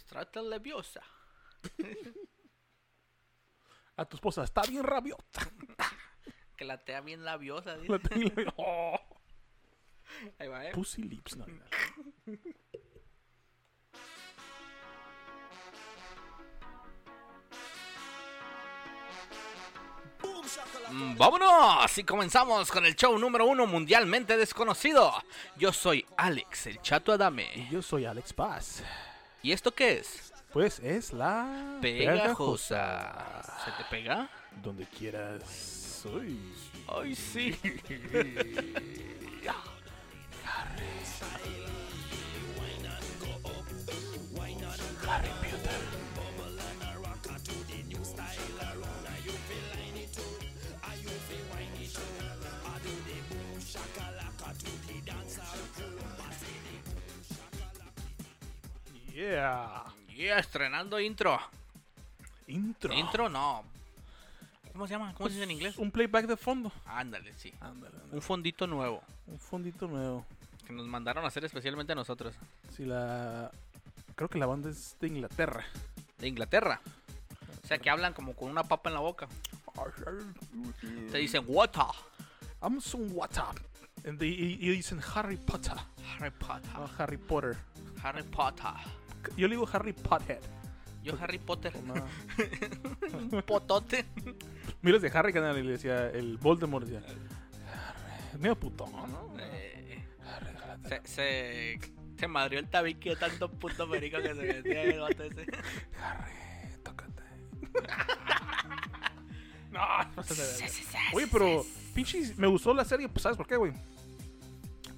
Strata Leviosa. A tu esposa, está bien rabiota. Que la tea bien labiosa, dice. La tenía- Oh, Ahí va, eh. pussy lips, no. no. Mm, Vámonos y comenzamos con el show número uno mundialmente desconocido. Yo soy Alex, el chato Y Adame. yo soy Alex Paz. ¿Y esto qué es? Pues es la Pegajosa. ¿Se te pega? Donde quieras soy. Ay, sí. Harry Potter. Yeah. Yeah, estrenando intro. Intro. ¿Intro? No. ¿Cómo se llama? ¿Cómo se dice en inglés? Un playback de fondo. Ándale, sí. Ándale, ándale. Un fondito nuevo un fondito nuevo. que nos mandaron a hacer especialmente a nosotros. Si la. Creo que la banda es de Inglaterra. De Inglaterra. O sea, que hablan como con una papa en la boca. Te dicen water. I'm some WhatsApp. And they, y, y dicen Harry Potter. Harry Potter. No, Harry Potter. Harry Potter. Yo le digo Harry Pothead. Yo Harry Potter. No. Un potote. Miles de Harry canal y le decía el Voldemort. Decía, "Harry", medio putón, ¿no? Eh, se, se, se madrió el tabique de tanto puto perico que se metía el vato ese. Harry, tócate. no, no se te ve. Oye, pero pinches, me gustó la serie, pues ¿sabes por qué, güey?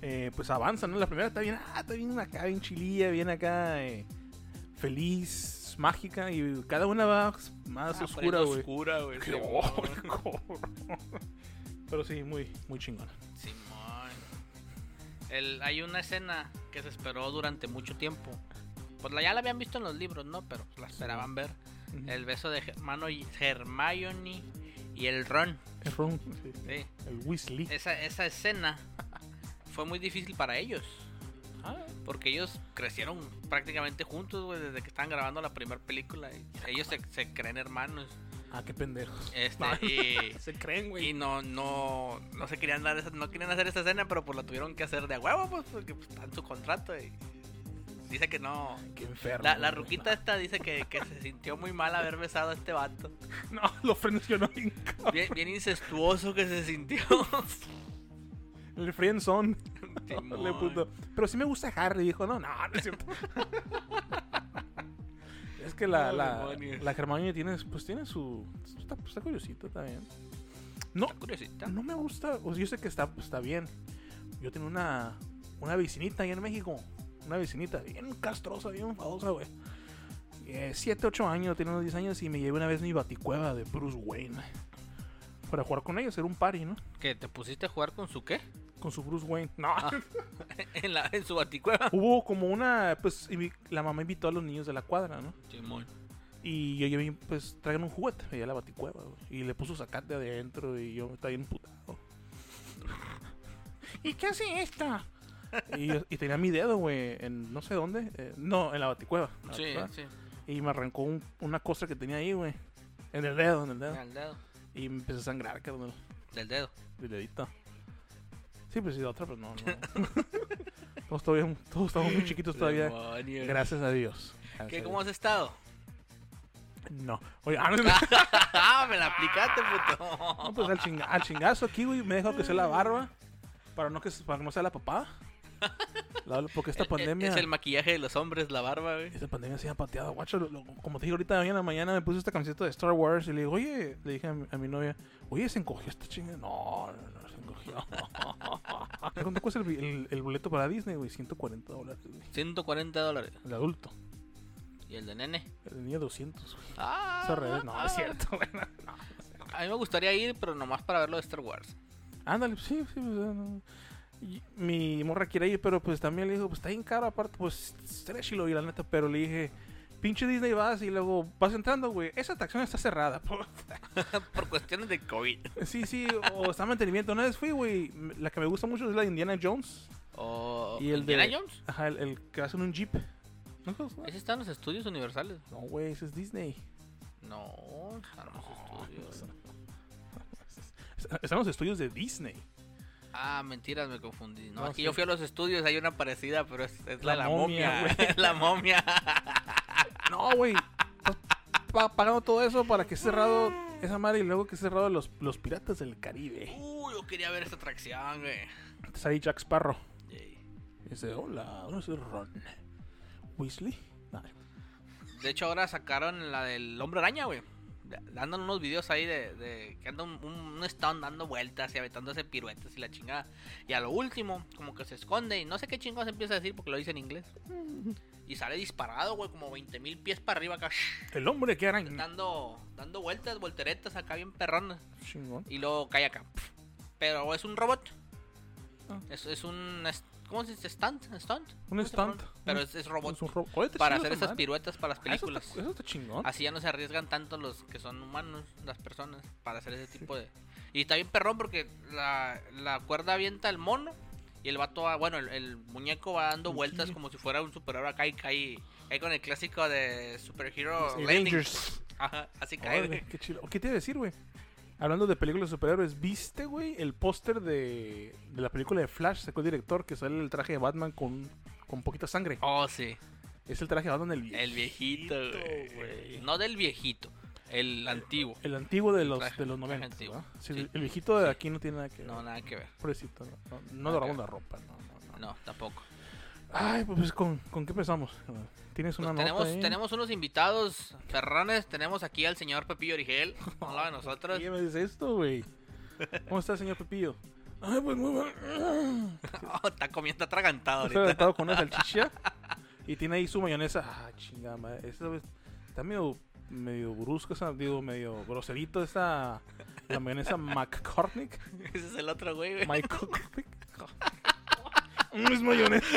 Eh, pues avanza, ¿no? La primera está bien, ah, está bien acá, bien chilía, bien acá, eh, feliz, mágica, y cada una va más Ah, oscura, prenda güey. Oscura, güey. Qué Simón. horror. Pero sí, muy, muy chingona. Simón. El- hay una escena que se esperó durante mucho tiempo. Pues la, ya la habían visto en los libros, ¿no? Pero pues, la esperaban ver. Ujú. El beso de hermano y Hermione y el Ron. El Ron, sí, Sí. el Weasley. Esa, esa escena fue muy difícil para ellos. Ah. Porque ellos crecieron prácticamente juntos, güey, desde que estaban grabando la primera película. y Ellos se, se creen hermanos. Ah, qué pendejos. Este, Ah. y, Se creen, y no, no, no se querían dar esa- no querían hacer esa escena, pero pues la tuvieron que hacer de a huevo, pues, porque pues, está en su contrato. Y dice que no. Qué enfermo. La, la güey. ruquita esta dice que, que se sintió muy mal haber besado a este vato. Ah, No, lo frencionó bien. cabrón. Bien, bien incestuoso que se sintió. El friendzone. Simón. Le puto. Pero sí me gusta Harry, dijo, no, no, no es cierto. es que la, Oh, la, demonios. la Hermione tiene, pues tiene su... Está, pues, está curiosita también. No, Está curiosita. no me gusta, o sea, yo sé que está, pues, está bien. Yo tengo una, una vecinita ahí en México, una vecinita bien castrosa, bien enfadosa, güey. 7, 8 años, tiene unos 10 años y me llevé una vez mi baticueva de Bruce Wayne. Para jugar con ellos, era un party, ¿no? ¿Que te pusiste a jugar con su qué? Con su Bruce Wayne. No, en, la, en su baticueva. Hubo como una, pues invi- la mamá invitó a los niños de la cuadra, ¿no? Simón. Y yo llevé, pues traigan un juguete, veía la baticueva, güey. Y le puso sacate adentro y yo estaba bien putado. ¿Y qué hace esta? Y, yo- y tenía mi dedo, güey, en no sé dónde. eh, no, en la baticueva. en la Sí, baticueva. sí. Y me arrancó un- una cosa que tenía ahí, güey. En el dedo, en el dedo. Al dedo. Y me empezó a sangrar, carnal. Del dedo. El dedito. Sí, pues sí, la otra, pero no, no. todos, todavía, todos estábamos muy chiquitos todavía. Demonios. Gracias a Dios. Gracias ¿Qué, a ¿Cómo Dios. has estado? No. Oye, ah, no, ¡Ah! ¡Me la aplicaste, puto! no, pues al, chinga- al chingazo aquí, güey, me dejó crecer la barba para no que para que no sea la papá. La- porque esta El- el- pandemia Es el maquillaje de los hombres, la barba, güey. esta pandemia se ha pateado, guacho. Lo- lo- como te dije ahorita hoy en la mañana me puse esta camiseta de Star Wars y le digo, "Oye", le dije a mi, a mi novia, "Oye, se encogió esta chinga." No, no, no, se encogió. ¿Cuánto cuesta el, bi- el- el boleto para Disney, güey? 140 dólares, güey. 140 dólares. El adulto. ¿Y el de nene? El niño 200, güey. ¡Ah! Es al revés. No, es cierto, güey. A mí me gustaría ir, pero nomás para ver lo de Star Wars. Ándale, pues, sí, sí. pues, ah, no. Y mi morra quiere ir, pero pues también le dijo, pues está bien caro, aparte, pues estaría chilo ir, la neta. Pero le dije, pinche Disney vas y luego vas entrando, güey. Esa atracción está cerrada. por- Por cuestiones de COVID. sí, sí, o está en mantenimiento. Una vez fui, güey. m- La que me gusta mucho es la de Indiana Jones. O... ¿Y el de- Indiana Jones? Ajá, el, el que hacen un jeep. ¿No conoces nada? Ese está en los estudios universales. No, güey, ese es Disney. No, están los estudios. Están los estudios de Disney. Ah, mentiras, me confundí. No, No, aquí sí. yo fui a los estudios, hay una parecida, pero es, es la, La la momia, momia. es la momia. No, güey. Estás pa- pagando todo eso para que esté cerrado esa madre y luego que esté cerrado los, los piratas del Caribe. Uy, yo quería ver esta atracción, güey. Está ahí Jack Sparrow. Yay. Dice, hola, ¿dónde soy Ron? ¿Weasley? No, De hecho, ahora sacaron la del hombre araña, güey. Le- Andan unos videos ahí de, de que anda un, un un stand dando vueltas y aventándose piruetas y la chingada. Y a lo último, como que se esconde y no sé qué chingados empieza a decir porque lo dice en inglés. Y sale disparado, güey, como 20 mil pies para arriba acá. el hombre que Mm. araña. Dando, dando vueltas, volteretas acá bien perronas. Chingón. Y luego cae acá. Pero es un robot. Ah. Es, es un... est- ¿Cómo se dice? ¿Stunt? ¿Stunt? Un ¿Cómo se llama? stunt. Pero Un- es, es robot. Es un robo. Oye, está para chido hacer esa esas madre. piruetas para las Ah, eso está- películas. Eso está chingón. Así ya no se arriesgan tanto los que son humanos, las personas, para hacer ese tipo de... Y está bien perrón porque la, la cuerda avienta al mono y el vato, va- bueno, el, el muñeco va dando vueltas Muñeco. como si fuera un superhéroe acá y cae, cae con el clásico de superhero Y landing. Rangers. Ajá, así cae. Órale, güey. qué chido. ¿Qué te iba a decir, güey? Hablando de películas de superhéroes, ¿viste, güey, el póster de, de la película de Flash? Sacó el director que sale el traje de Batman con, con poquita sangre. Oh, sí, Es el traje de Batman el viejo. el viejito, Viejito, güey. güey. No del viejito, el antiguo. El antiguo de El los, traje- de los traje 90. antiguo. ¿verdad? Sí, Sí. El viejito de aquí no tiene nada que ver. No, nada que ver. Pobrecito, no, no, no Nada doramos que la ropa. No, no, no. No, tampoco. Ay, pues ¿con, con qué empezamos? Tienes Pues una nota. tenemos, ahí? tenemos unos invitados ferrones. Tenemos aquí al señor Pepillo Origel, a un lado de nosotros. ¿Qué me dice esto, güey? ¿Cómo está, señor Pepillo? Ay, pues muy bueno. Oh, está comiendo atragantado ahorita. Está levantado con una salchicha y tiene ahí su mayonesa. Ah, chingada madre. Esta vez está medio, medio brusco, esa- digo, medio groserito esta la mayonesa McCormick. Ese es el otro güey, güey. McCormick. Mm, es mayonesa.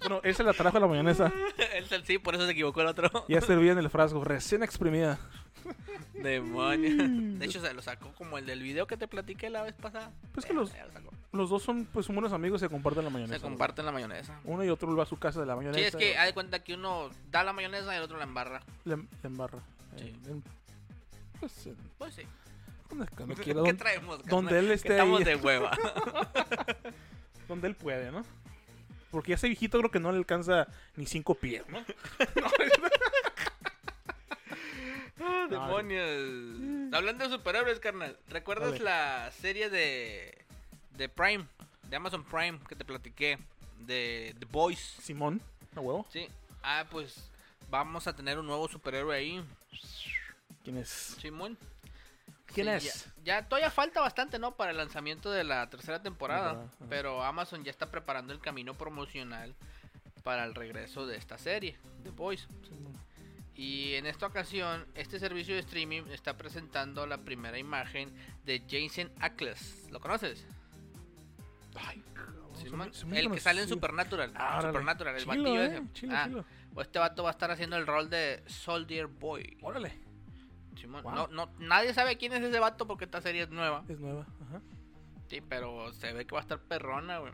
Bueno, él se la trajo la mayonesa. Él es el sí, por eso se equivocó el otro. Ya servía en el frasco, recién exprimida. Mm. Demonio. De hecho, se lo sacó como el del video que te platiqué la vez pasada. Pues que los- Eh, lo sacó. Los dos son pues buenos amigos y se comparten la mayonesa. Se comparten la mayonesa. Uno y otro va a su casa de la mayonesa. Sí, es que haz de cuenta que uno da la mayonesa y el otro la embarra. le, em, le embarra. Sí. Eh, en- pues, en- Pues sí. donde- cuando ¿Qué quiera, donde- traemos? donde carnal? él Que esté Estamos ahí. de hueva. donde él puede, ¿no? Porque ese viejito creo que no le alcanza ni cinco pies, ¿no? No, Demonios. Hablando de superhéroes, carnal. A ¿Recuerdas ver. la serie de, de Prime? De Amazon Prime que te platiqué. De The Boys. Simón, a huevo. Sí. Ah, pues vamos a tener un nuevo superhéroe ahí. ¿Quién es? Simón. ¿Quién Sí, es? Ya, ya todavía falta bastante, ¿no? Para el lanzamiento de la tercera temporada. Temporada, ajá. Pero Amazon ya está preparando el camino promocional para el regreso de esta serie, The Boys. Simón. Y en esta ocasión, este servicio de streaming está presentando la primera imagen de Jason Ackles. ¿Lo conoces? Ay, cabrón, Sí, se man. me- se me el que sale en conocido. Supernatural. Ah, Órale. Supernatural, el Chilo, batillo eh, ese. chilo, Ah, chilo. o Este vato va a estar haciendo el rol de Soldier Boy. Órale, Simón, Wow. no, no, nadie sabe quién es ese vato porque esta serie es nueva. es nueva. Ajá. Sí, pero se ve que va a estar perrona, güey.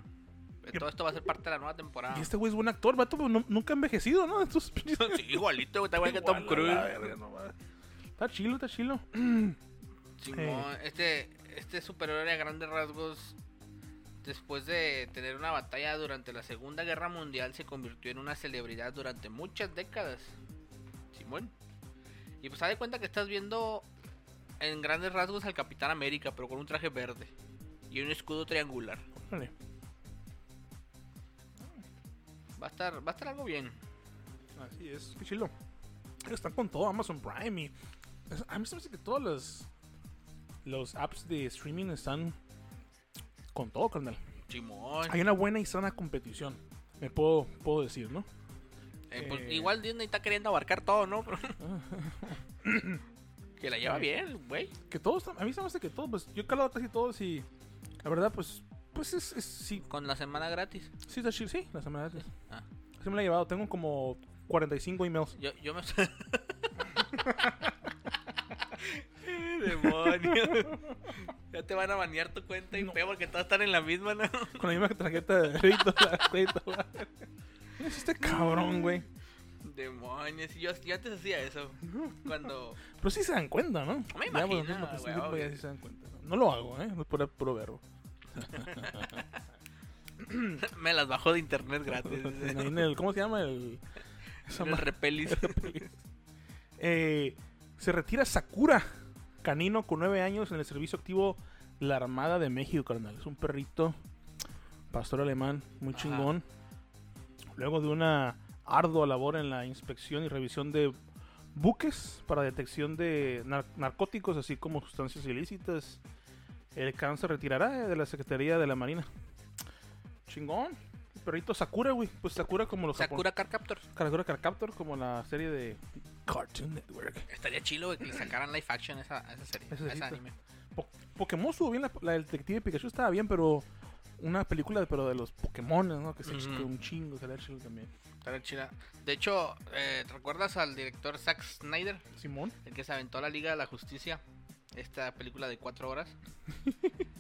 Yo- Todo esto va a ser parte de la nueva temporada. Y este güey es buen actor, vato, pero nu- nunca ha envejecido, ¿no? Estos pinches- Sí, igualito, güey. Está igual que Tom Igual a la Cruise. verga, no mames. Está chilo, está chilo. Simón, este, este superhéroe a grandes rasgos, después de tener una batalla durante la Segunda Guerra Mundial, se convirtió en una celebridad durante muchas décadas. Simón. Y pues haz de cuenta que estás viendo en grandes rasgos al Capitán América, pero con un traje verde y un escudo triangular. Órale. Va a estar, va a estar algo bien. Así es, qué chilo. Están con todo Amazon Prime y. es- A mí se me hace que todas las. Los apps de streaming están. Con todo, carnal. Simón. Hay una buena y sana competición. Me puedo, puedo decir, ¿no? Eh, pues, eh. Igual Disney está queriendo abarcar todo, ¿no? que la lleva Ay. bien, güey. Que todos. A mí se me hace que todos. Pues yo he calado casi todos y. La verdad, pues. Pues es. es- sí, Con la semana gratis. sí, está chido. Sí, la semana antes. Ah. Sí me la he llevado. Tengo como 45 emails. Yo, yo me. Demonio. Ya te van a banear tu cuenta y No. porque todas están en la misma, ¿no? Con la misma tarjeta de crédito. la- crédito, la- ¿Quién es este Mm. cabrón, güey? Demonios, yo, yo antes hacía eso. Cuando. Pero sí se dan cuenta, ¿no? Me Ya, por imagino, ejemplo, que este güey, tipo obvio. ya sí se dan cuenta. ¿no? No lo hago, ¿eh? No es puro, puro verbo. Me las bajó de internet gratis. En el- en el- ¿Cómo se llama el...? esa Los madre? repelis. Eh, se retira Sakura, canino con nueve años en el servicio activo La Armada de México, carnal. Es un perrito, pastor alemán, muy Ajá. chingón. Luego de una ardua labor en la inspección y revisión de buques para detección de nar- narcóticos, así como sustancias ilícitas, el can se retirará eh, de la Secretaría de la Marina. Chingón. Perrito Sakura, güey. Pues Sakura como los japoneses. Sakura Car Captor. Carcura Carcaptor como la serie de Cartoon Network. Estaría chilo güey, que le sacaran live action a esa, a esa serie, a ese Necesito. anime. Po- Pokémon estuvo bien, la, la del detective Pikachu estaba bien, pero una película de, pero de los Pokémon, ¿no? Que se Ujú. que un chingo, se le ha hecho también. Estaría chila. De hecho, eh, ¿te recuerdas al director Zack Snyder? Simón. El que se aventó a la Liga de la Justicia. Esta película de cuatro horas.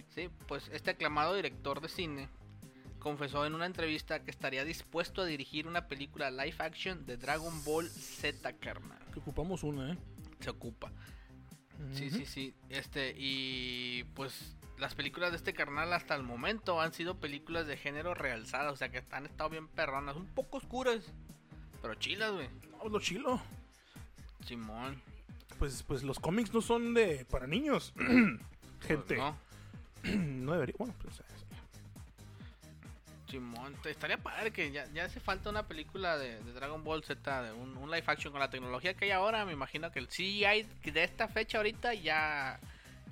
sí, pues este aclamado director de cine confesó en una entrevista que estaría dispuesto a dirigir una película live action de Dragon Ball Z, carnal. Que ocupamos una, ¿eh? Se ocupa. Sí, Ujú. sí, sí. Este, y pues las películas de este carnal hasta el momento han sido películas de género realzadas, o sea que han estado bien perronas, un poco oscuras, pero chilas, güey. No, lo chilo. Simón. Pues, pues los cómics no son de para niños. pues, Gente. no, no. debería. Bueno, pues. o sea, sí. Simón. Te- Estaría padre que ya, ya hace falta una película de, de Dragon Ball Z, de un, un live action con la tecnología que hay ahora. Me imagino que el CGI de esta fecha ahorita ya,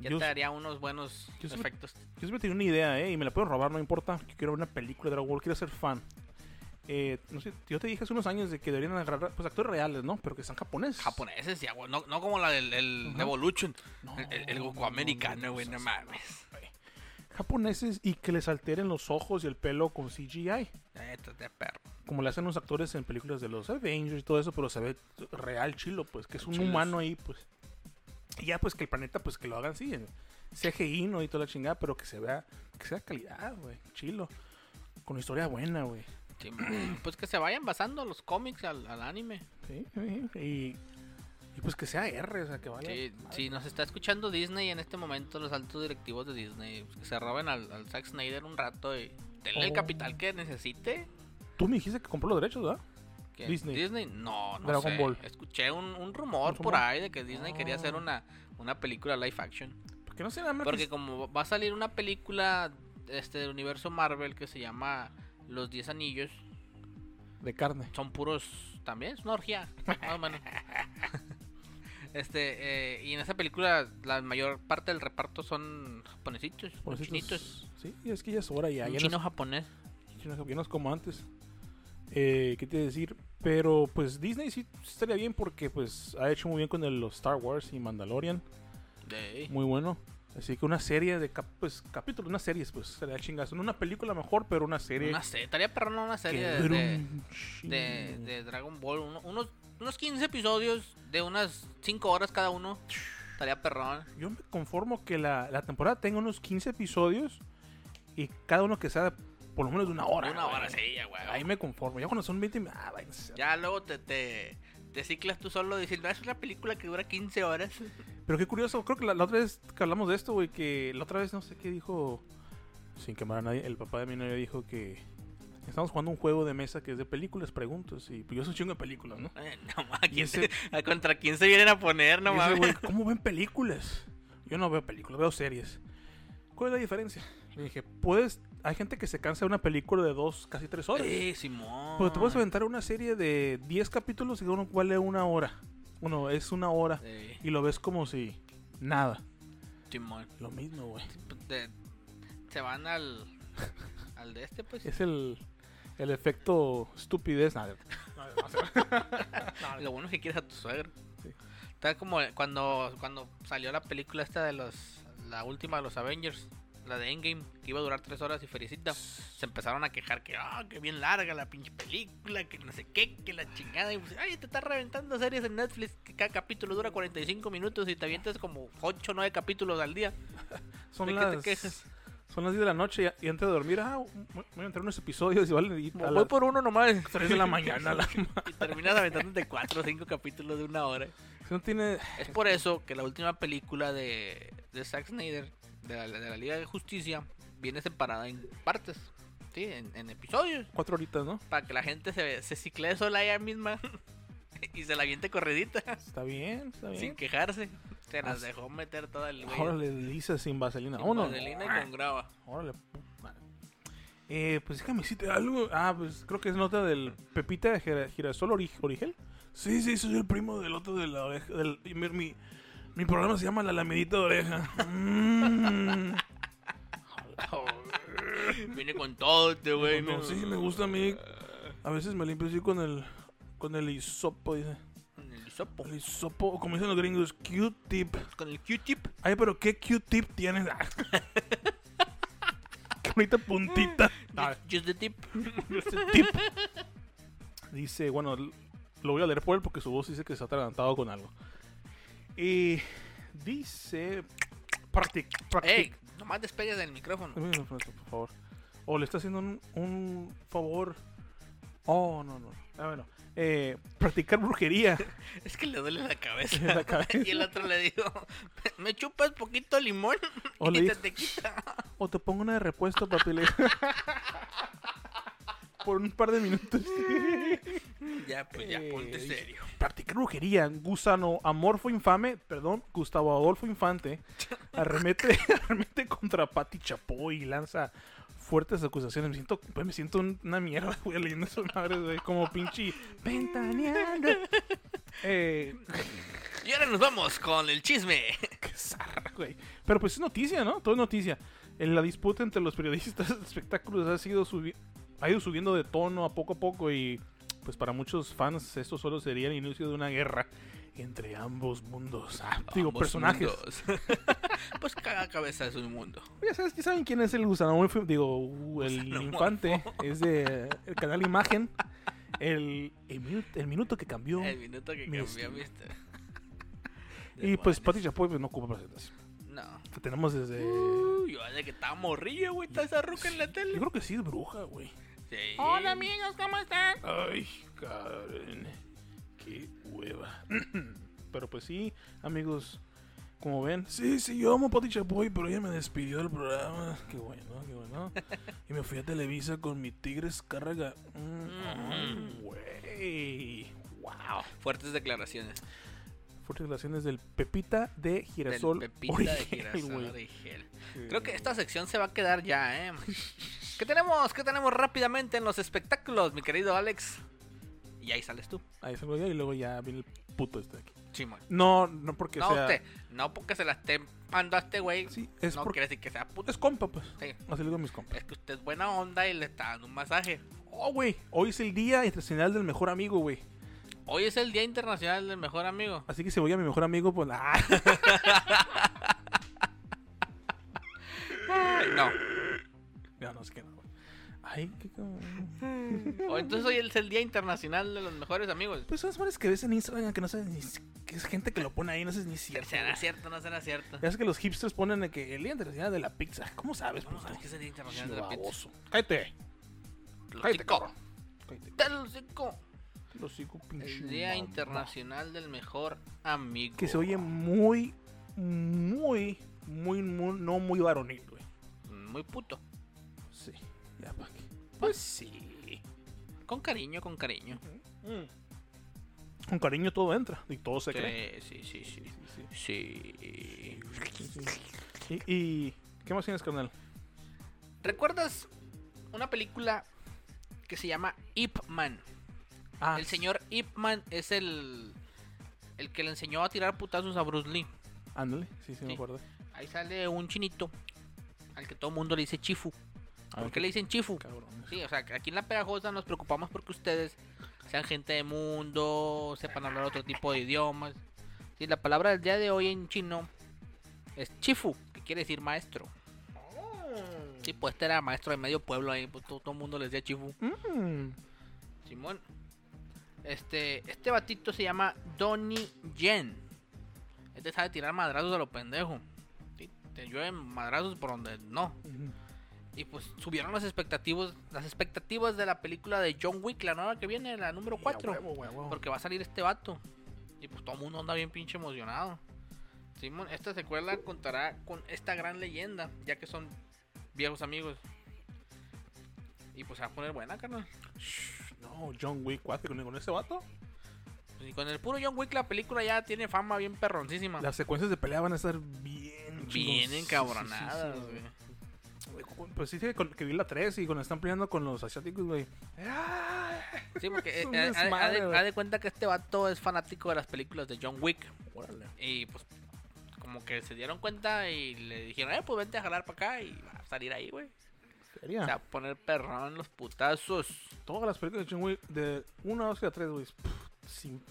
ya Yo te s- daría unos buenos yo sí me- efectos. Yo siempre tenía una idea, ¿eh? Y me la puedo robar, no importa. Yo quiero ver una película de Dragon Ball, quiero ser fan. Eh, no sé, yo te dije hace unos años de que deberían agarrar pues, actores reales, ¿no? Pero que sean japoneses. Japoneses, ya, güey, no, no como la del el Ajá. Evolution, No, el, el- el no, Goku no, americano, no, güey, no no seas- mames. Japoneses y que les alteren los ojos y el pelo con CGI. Esto de perro. Como le hacen los actores en películas de los Avengers y todo eso, pero se ve real chilo, pues, que es un Chilos. humano ahí, pues. Y ya, pues, que el planeta, pues, que lo hagan así, en CGI, ¿no? Y toda la chingada, pero que se vea, que sea calidad, güey, chilo. Con historia buena, güey. pues que se vayan basando los cómics al, al anime. Sí, sí, Y, y pues que sea R, o sea, que vaya. Sí, si nos está escuchando Disney en este momento, los altos directivos de Disney, pues que se roben al, al Zack Snyder un rato y denle el Oh. capital que necesite. Tú me dijiste que compró los derechos, ¿verdad? que Disney. no, no Dragon sé. Ball. Escuché un, un rumor ¿Un por rumor? ahí de que Disney quería hacer Ah. una, una película live action. Porque no pues sé nada más. Porque como va a salir una película este, del universo Marvel que se llama Los Diez Anillos, De carne. son puros también, es una orgía, más o menos. Este, eh, y en esa película la mayor parte del reparto son japonesitos, o Por eso chinitos, estos- Sí, es que ya es hora ya. un ya chino no japonés. es- ya no es- ya no es como antes. Eh, ¿Qué te iba a decir? Pero pues Disney sí estaría bien porque pues ha hecho muy bien con el, los Star Wars y Mandalorian. De... Muy bueno. Así que una serie de cap- pues, capítulos, unas series, pues estaría chingazo. No una película mejor, pero una serie. Una serie, estaría perrona una que serie de, dure de- un chingo. de- de Dragon Ball, uno- unos, unos 15 episodios de unas 5 horas cada uno, estaría perrón. Yo me conformo que la, la temporada tenga unos 15 episodios y cada uno que sea por lo menos de una hora. Una güey. hora, sí, ya, güey. Ahí me conformo. Ya cuando son 20, me- ah, váyanse a- Ya luego te, te, te ciclas tú solo diciendo, "Ah, es una película que dura 15 horas. Pero qué curioso, creo que la, la otra vez que hablamos de esto, güey, que la otra vez no sé qué dijo, sin quemar a nadie, el papá de mi novia dijo que estamos jugando un juego de mesa que es de películas, preguntas, y pues yo soy un chingo de películas, ¿no? Eh, No mames, Y ese- ¿a ¿contra quién se vienen a poner? No Y ese mames. güey, ¿Cómo ven películas? Yo no veo películas, veo series. ¿Cuál es la diferencia? Le dije, puedes, hay gente que se cansa de una película de dos, casi tres horas. Eh, Simón. Pero Pues te puedes aventar una serie de 10 capítulos y uno vale una hora. Uno es una hora Eh, y lo ves como si nada. Simón. pues, Lo mismo, güey. Te- se van al. Al de este, pues. Es el, el efecto estupidez. Nada. Lo bueno es que quieres a tu suegro. Sí. Está como cuando, cuando salió la película esta de los. La última de los Avengers. La de Endgame, que iba a durar tres horas y felicita. Se empezaron a quejar que, ah, que bien larga la pinche película, que no sé qué, que la chingada. Y pues, ay, te estás reventando series en Netflix, que cada capítulo dura 45 minutos y te avientas como 8 o 9 capítulos al día. Son ¿De qué te las, quejas? Son las 10 de la noche y, y antes de dormir, ah, voy voy a entrar unos episodios y vale. Y a Voy las por uno nomás. 3 de la mañana. la- Y terminas aventándote cuatro o cinco capítulos de una hora. Si no tiene. Es por eso que la última película de, de Zack Snyder, de la, de la Liga de Justicia, viene separada en partes. Sí, en, en episodios. 4 horitas, ¿no? Para que la gente se, se cicle sola ella misma y se la aviente corredita. Está bien, está bien. Sin quejarse. Se las Así- dejó meter toda el güey. Órale, lisa sin vaselina. Sin Vámonos. vaselina y con grava. Órale, pu- madre. Eh, pues déjame decirte algo. Ah, pues creo que es nota del Pepita de Gira- Girasol Ori- Origel. Sí, sí, soy el primo del otro de la oreja. Del, y mi, mi, mi programa se llama La Lamidita de Oreja. Mm. Viene con todo este güey. No, ¿no? sí, me gusta a mí. A veces me limpio así con el, con el hisopo, dice. Con el hisopo. El hisopo, o como dicen los gringos, Q-tip. Con el Q-tip. Ay, pero ¿qué Q-tip tienes? Ah. Qué bonita puntita. Ah, Just the tip. este tip. Dice, bueno, l- lo voy a leer por él porque su voz dice que se ha atragantado con algo. Y dice... Practic, practic. Ey, nomás despegues del micrófono. Dame una frase, por favor. O le está haciendo un, un favor. Oh, no, no. Ah, bueno. Eh, practicar brujería. Es que le duele la cabeza. La cabeza. y el otro le dijo, me chupas poquito limón O le y te, dijo- te quita. O te pongo una de repuesto, papi. le- Por un par de minutos. Ya, pues ya, Eh, ponte y- serio. practicar brujería. Gusano amorfo infame. Perdón, Gustavo Adolfo Infante. Arremete, arremete contra Pati Chapoy y lanza fuertes acusaciones. Me siento, güey, me siento un- una mierda, güey, leyendo esas madres, güey. Como pinche ventaneando. Eh, Y ahora nos vamos con el chisme. Qué zarra, güey. Pero pues es noticia, ¿no? Todo es noticia. En la disputa entre los periodistas de espectáculos ha, sido subi- ha ido subiendo de tono a poco a poco y pues para muchos fans esto solo sería el inicio de una guerra entre ambos mundos. Ah, digo, Ambos personajes. mundos. pues cada cabeza es un mundo. Ya sabes, ya saben quién es el gusano. Fue- Digo, uh, el Gusano infante. Es de el canal Imagen. El, el, minu- el minuto que cambió. El minuto que mi cambió destino. mi historia. y pues Demonios. Pati Chapoy pues, no ocupa presentación. No. Tenemos desde... Uh, yo desde que estaba morrillo, güey, está esa ruca en la Yo tele. creo que sí es bruja, güey. Sí. amigos, ¿cómo están? Ay, Karen. Qué hueva. pero pues sí, amigos, como ven. Sí, sí, yo amo a Pati Chapoy, pero ella me despidió del programa. Qué bueno, qué bueno. y me fui a Televisa con mi Tigres Carga. Mm, Ujú. Güey. wow. Fuertes declaraciones. Fuertes relaciones del Pepita de Del Girasol. Pepita de Origel, girasol güey. origel. Creo que esta sección se va a quedar ya, ¿eh? ¿Qué tenemos? ¿Qué tenemos rápidamente en los espectáculos, mi querido Alex? Y ahí sales tú. Ahí se lo voy a- y luego ya viene el puto este de aquí. Simón. No, no porque No, sea. usted, no porque se la esté pando a este güey. Sí, es no porque. quiere decir que sea puto. Es compa, pues. Sí. Así le digo a mis compas. Es que usted es buena onda y le está dando un masaje. Oh, güey. Hoy es el Día Internacional del Mejor Amigo, güey. Hoy es el Día Internacional del Mejor Amigo. Así que si voy a mi mejor amigo, pues. ¡Ah! Ay, No. No, no sé qué. No, güey. Ay, qué cabrón. O entonces hoy es el Día Internacional de los Mejores Amigos. Pues son madres que ves en Instagram que no sabes ni. si- que es gente que lo pone ahí, no sé ni si es Será cierto. cierto, no será cierto. Ya es que los hipsters ponen de que el Día Internacional de la Pizza. ¿Cómo sabes, ¿Cómo puto? sabes que es el Día Internacional Chino de la Pizza? baboso. Cállate. Los Cállate, cinco. cabrón. Cállate. Los cinco. Los cinco pinches. El Día mamá. Internacional del Mejor Amigo. Que se oye muy, muy, muy, muy no muy varonil, güey. Muy puto. Sí. Ya, pa' qué. Pues sí. Con cariño, con cariño. Mm. Con cariño todo entra y todo se cree. Sí, sí, sí, sí. Sí. Y, y- ¿qué más tienes, carnal? ¿Recuerdas una película que se llama Ip Man? Ah, El señor Ip Man es el, el que le enseñó a tirar putazos a Bruce Lee. Ándale, sí, sí, me Sí. acuerdo. Ahí sale un chinito al que todo mundo le dice Chifu. A ¿Por ver, qué le dicen Chifu? cabrones. Sí, o sea, que aquí en La Pegajosa nos preocupamos porque ustedes sean gente de mundo, sepan hablar otro tipo de idiomas. Sí, la palabra del día de hoy en chino es chifu, que quiere decir maestro. Sí, pues este era maestro de medio pueblo ahí, pues todo, todo el mundo les decía chifu. Mm, Simón. Este, este batito se llama Donnie Yen. Este sabe tirar madrazos a los pendejos. Sí, te llueven madrazos por donde no. Ujú. Y pues subieron las expectativas, las expectativas de la película de John Wick, la nueva que viene, la número Y a 4. huevo, huevo. Porque va a salir este vato. Y pues todo el mundo anda bien pinche emocionado. Simón, esta secuela contará con esta gran leyenda, ya que son viejos amigos. Y pues se va a poner buena, carnal. Shh, No, John Wick 4 con, con ese vato. Pues, Y con el puro John Wick la película ya tiene fama bien perroncísima. Las secuencias de pelea van a estar bien Ah. Bien chingonas. encabronadas, Sí, sí, sí, güey. güey. Pues sí, sí, con- que vi la 3 y cuando están peleando con los asiáticos, güey. ¡Ah! Sí, porque Es eh, un eh, ha- ha, desmadre, de, güey. ha de cuenta que este vato es fanático de las películas de John Wick. Órale. Y pues como que se dieron cuenta y le dijeron, eh, pues vente a jalar para acá y va a salir ahí, güey. Sería. Se va a poner perrón los putazos. Todas las películas de John Wick, de 1, 2 y a 3, güey. pff, Sin...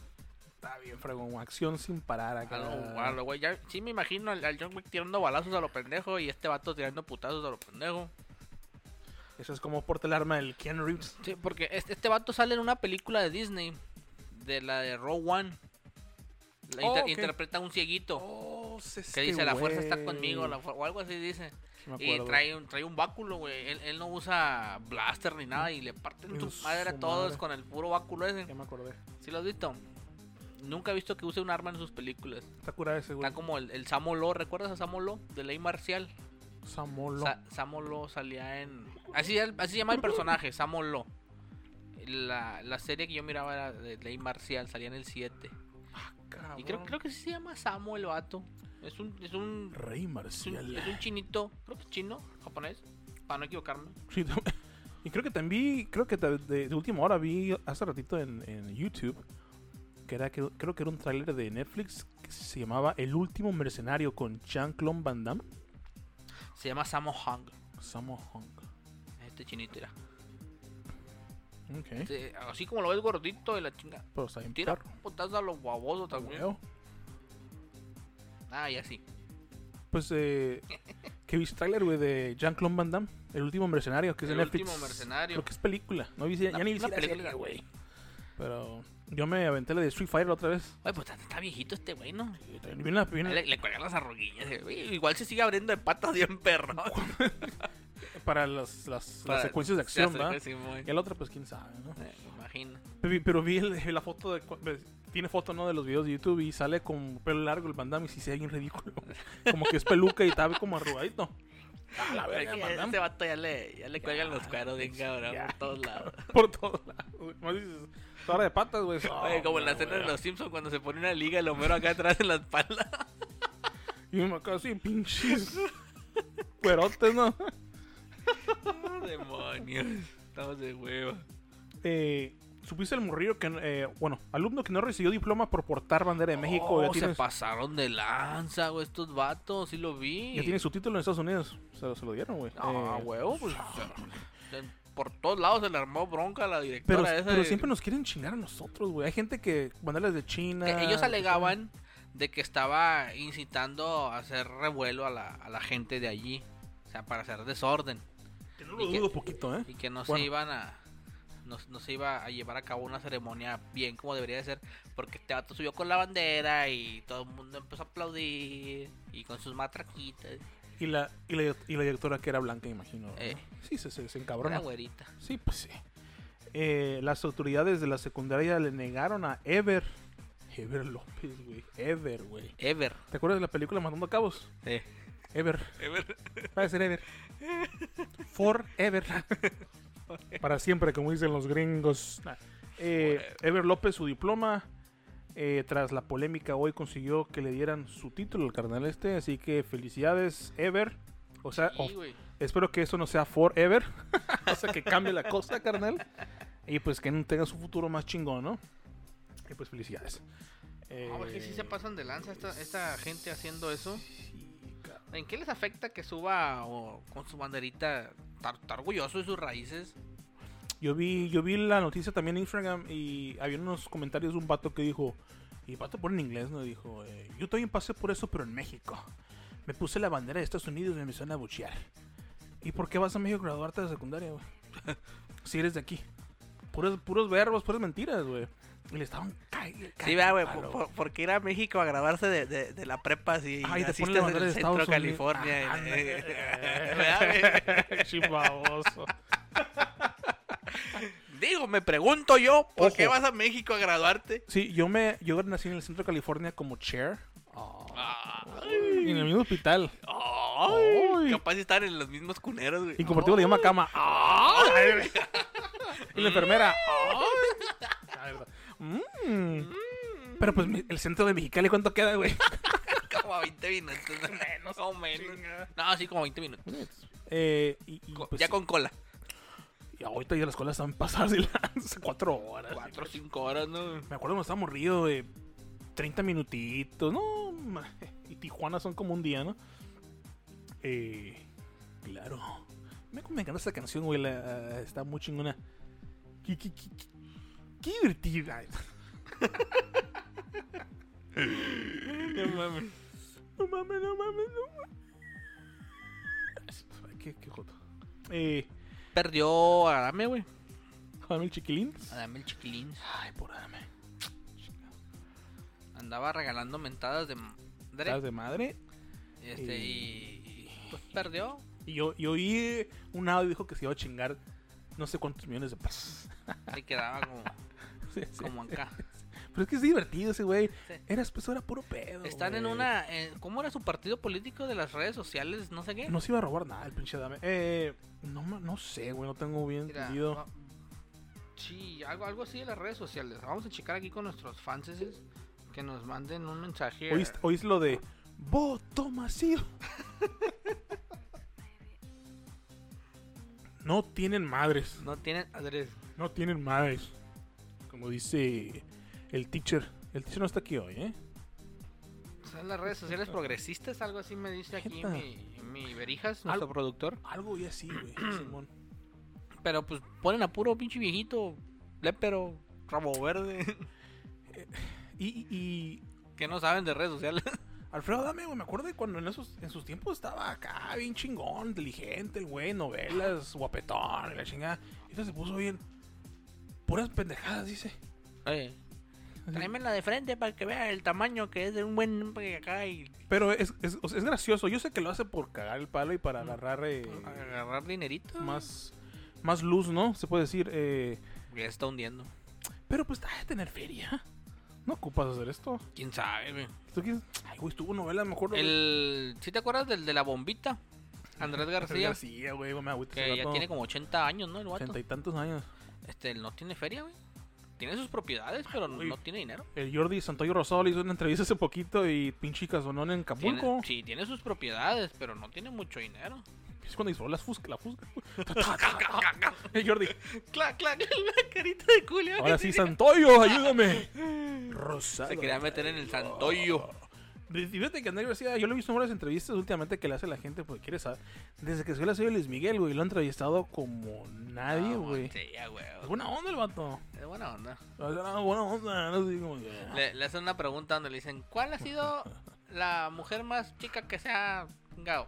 Está bien, fregón. Acción sin parar A acá. lo- a lo güey. Ya, sí me imagino al, al John Wick tirando balazos a lo pendejo y este vato tirando putazos a lo pendejo. Eso es como porta el arma del Keanu Reeves. Sí, porque este, este vato sale en una película de Disney, de la de Rogue One. La Oh, inter- ok. Interpreta a un cieguito. Oh, se Que dice, la fuerza está conmigo, la fu- o algo así dice. este Y trae un, trae un báculo, güey. Él, él no usa blaster ni nada y le parten En tu su madre a todos madre. con el puro báculo ese. Ya me acordé. ¿Sí lo has visto? Nunca he visto que use un arma en sus películas. Está curada ese, güey. Está como el, el Samo Lo, ¿recuerdas a Samo Lo? De Ley Marcial. Samolo. Sa- Samo Lo salía en... Así, el- así se llama el personaje, Samo Lo. La, la serie que yo miraba era de Ley Marcial, salía en el 7. Y creo, Cabrón. creo que sí se llama Samo el vato. Es un, es un Rey Es un, Marcial. es un chinito, creo que es chino, japonés, para no equivocarme. Sí, tam- y creo que también vi- creo que ta- de, de última hora vi hace ratito en, en YouTube, que era que, creo que era un tráiler de Netflix que se llamaba El último mercenario con Jean-Claude Van Damme. Se llama Samo Hung, Sammo Hung. este chinito era. Ok. Este, así como lo ves gordito de la chinga. Pero está bien Tira perro. putazo a los guabosos también. Huevo. Ah, y así. Pues eh, que viste tráiler güey de Jean-Claude Van Damme, El último mercenario que es de El Netflix. último mercenario. Creo que es película, no vi ya Una- ni vi una si era película, serie, güey. Pero yo me aventé la de Street Fighter la otra vez. Eh, Oye, pues está, está viejito este güey, ¿no? Y también vi una- vi una- Le, le cuelgan las arruguillas. eh, güey. Igual se sigue abriendo de patas bien perro. para las, las, Para- las secuencias de acción, Sí, ¿verdad? sí, muy- Y el otro, pues quién sabe, ¿no? eh, me imagino. Pero, pero vi el- la foto de. cu- de- Tiene foto, ¿no? De los videos de YouTube y sale con pelo largo el Van Damme y si se ve bien ridículo. Como que es peluca y está como arrugadito. A la verga, Oye, Van Damme. este vato ya le, ya le cuelgan los cueros bien cabrón ya, por todos lados. Por todos lados. güey. Más dices, "Torre de patas, güey. Oh, Oye, como en la güey, escena de güey. los Simpsons cuando se pone una liga el Homero acá atrás en la espalda. Y me acabo así, pinches. Cuerotes, ¿no? Demonios, estamos de hueva. Eh, Supiste el morrillo que. eh, bueno, alumno que no recibió diploma por portar bandera de México. ya, Oh, se tiene, pasaron de lanza, güey, estos vatos, sí lo vi. ya tiene su título en Estados Unidos. Se, lo- se lo dieron, güey. Ah, Eh, huevo, pues. se- se- por todos lados se le armó bronca a la directora Pero, esa. pero de- siempre nos quieren chingar a nosotros, güey. Hay gente que mandarles de China. que ellos alegaban de que estaba incitando a hacer revuelo a la, a la gente de allí. O sea, para hacer desorden. Que no y lo que- dudo poquito, ¿eh? Y que no Bueno. se iban a. No, no se iba a llevar a cabo una ceremonia bien como debería de ser. Porque este vato subió con la bandera y todo el mundo empezó a aplaudir. Y con sus matraquitas. Y la, y la, y la directora que era blanca, imagino. ¿verdad? Eh. Sí, se, se, se Una encabrona. güerita. Sí, pues sí. Eh, las autoridades de la secundaria le negaron a Ever. Ever López, güey. Ever, güey. Ever. ¿Te acuerdas de la película Matando a Cabos? Ever. Ever. Va a ser Ever. Forever. Para siempre, como dicen los gringos. Nah. Eh, Ever López, su diploma. eh, tras la polémica hoy consiguió que le dieran su título al carnal este. Así que felicidades, Ever. O sea, Sí, of- güey. espero que eso no sea forever. o sea, que cambie la cosa, carnal. Y pues que tenga su futuro más chingón, ¿no? Y pues felicidades. No, es que sí se Eh, pasan de lanza esta, esta gente haciendo eso. sí, cabrón. ¿En qué les afecta que suba o con su banderita? Está está orgulloso de sus raíces. Yo vi, yo vi la noticia también en Instagram y había unos comentarios de un vato que dijo, y vato pone en inglés, ¿no? Dijo, eh, yo también pasé por eso, pero en México. Me puse la bandera de Estados Unidos y me empezaron a buchear. ¿Y por qué vas a México a graduarte de secundaria, güey? si eres de aquí. Puros, puros verbos, puras mentiras, güey. Y le estaban ca- ca- Sí, vea, güey, a por, lo- por- porque ir a México a grabarse de, de, de la prepa así. Ay, y te naciste ponen la en bandera de el centro de Estados Unidos. California. Ah, eh, ándale. ¿verdad, güey? Chimbaboso. Digo, me pregunto yo, ¿por qué Ojo. vas a México a graduarte? Sí, yo me yo nací en el centro de California como chair. Ah. Ay, en el mismo hospital. Ay. Capaz de estar en los mismos cuneros, güey. Y compartimos la misma cama. Ay. y la enfermera. Ay. Mm. Pero pues mi- el centro de Mexicali, ¿cuánto queda, güey? Como a 20 minutos. ¿no? Menos, O menos. No, sí, como 20 minutos. Eh, y, y, Co- pues, ya con cola. y ahorita ya las escuela están pasadas de las cuatro horas. 4 o 5 horas, ¿no? Me acuerdo cuando estaba morrido de 30 minutitos, ¿no? ma- Y Tijuana son como un día, ¿no? Eh, claro. Me, me encanta esta canción, güey. la- está muy chingona. Qué, qué- qué- qué- qué divertida. No mames. No mames, no mames, no mames. Ay, Qué, qué joto. Eh, Perdió a Adame, güey. Adame el chiquilín. Ah. Adame el chiquilín. Ay, por Adame. Andaba regalando mentadas de Estás madre. de madre. Este, y. y, Pues perdió. Y yo, yo oí un audio dijo que se iba a chingar no sé cuántos millones de pesos. Se quedaba como, Sí, sí. como acá. Pero es que es divertido ese güey. Sí. Era, pues, era puro pedo. Están en güey. una. en- ¿Cómo era su partido político de las redes sociales? No sé qué. No se iba a robar nada el pinche dame. Eh, no, ma- no sé, güey. No tengo bien Mira, entendido. va- sí, algo, algo así de las redes sociales. Vamos a checar aquí con nuestros fans que nos manden un mensaje. ¿Oís, oís lo de voto masivo? no tienen madres. No tienen adres. No tienen madres. Como dice el teacher. El teacher no está aquí hoy, ¿eh? Son las redes sociales progresistas, algo así me dice aquí Neta. mi, mi Berijas, nuestro Al- productor. Algo y así, güey. Simón. Pero pues ponen a puro pinche viejito, lépero, rabo verde, Y, y, y que no saben de redes sociales. Alfredo Dame, güey, me acuerdo de cuando en, esos, en sus tiempos estaba acá, bien chingón, inteligente, el güey, novelas, guapetón, y la chingada. Y ahorita se puso bien. Puras pendejadas, dice. Oye, tráemela de frente para que vea el tamaño que es de un buen hombre acá y Pero es, es, o sea, es gracioso. Yo sé que lo hace por cagar el palo y para Mm. agarrar eh, agarrar dinerito. más, más luz, ¿no? Se puede decir. eh, Ya se está hundiendo. pero pues está de tener feria. No ocupas hacer esto. ¿Quién sabe, güey? ¿Tú quieres? Ay, güey, estuvo novela, mejor. El, ¿Sí te acuerdas del de la bombita? Andrés García. García, García, güey, me agüita ese que ya vato. tiene como 80 años, ¿no? El vato. Ochenta y tantos años. Este, él no tiene feria, güey. Tiene sus propiedades, pero güey. no tiene dinero. El Jordi Santoyo Rosado le hizo una entrevista hace poquito y pinche casonón en Tiene- Acapulco. sí, tiene sus propiedades, pero no tiene mucho dinero. Es cuando hizo las fusca, la fusca. Ta, ta, ta, ta. El Jordi, Clac, clac, la carita de Julio. ahora sí, Santoyo, ayúdame. Rosado. Se quería meter en el santoyo. Y Fíjate que Andrés García, yo lo he visto en varias entrevistas últimamente que le hace la gente porque quiere saber. Desde que se le ha sido Luis Miguel, güey, lo ha entrevistado como nadie, No, güey. Ah, sí, ya, güey. Es buena onda el vato. Es buena onda. O sea, no, Buena onda, no sé, como que- Le, le hacen una pregunta donde le dicen, ¿cuál ha sido la mujer más chica que se ha chingado?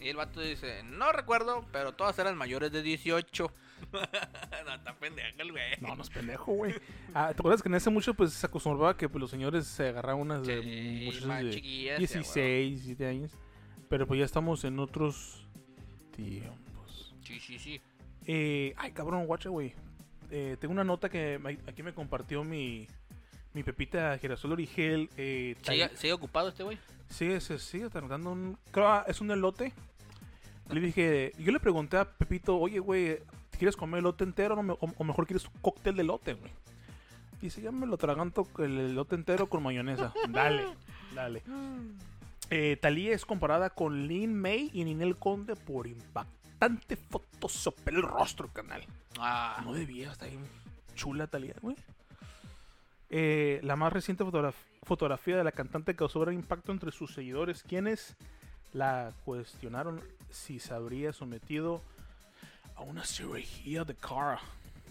Y el vato dice, no recuerdo, pero todas eran mayores de 18. no, está pendeja el güey. No, no es pendejo, güey. Ah, ¿Te acuerdas que en ese mucho pues se acostumbraba que pues, los señores se agarraban unas de Sí, muchachos más de chiquillas, sí, a 16, 17 años? Pero pues ya estamos en otros tiempos. huevo. Sí, sí, sí. Eh, ay, cabrón, guacha, güey. Eh, tengo una nota que me- aquí me compartió mi, mi pepita Girasol Origel. Eh, ¿Sigue, sigue ocupado este güey? Sí, se sigue tardando un... Creo ah, es un elote. Le dije... Yo le pregunté a Pepito, oye, güey, ¿quieres comer elote entero o, me- o- o mejor quieres un cóctel de elote, güey? Dice, ya me lo traganto el elote entero con mayonesa. dale, dale. Eh, Talía es comparada con Lin May y Ninel Conde por impactante foto sobre el rostro, canal. Ah, No debía, está bien chula Talía, güey. Eh, la más reciente fotograf- fotografía de la cantante causó gran impacto entre sus seguidores, quienes la cuestionaron si se habría sometido a una cirugía de cara.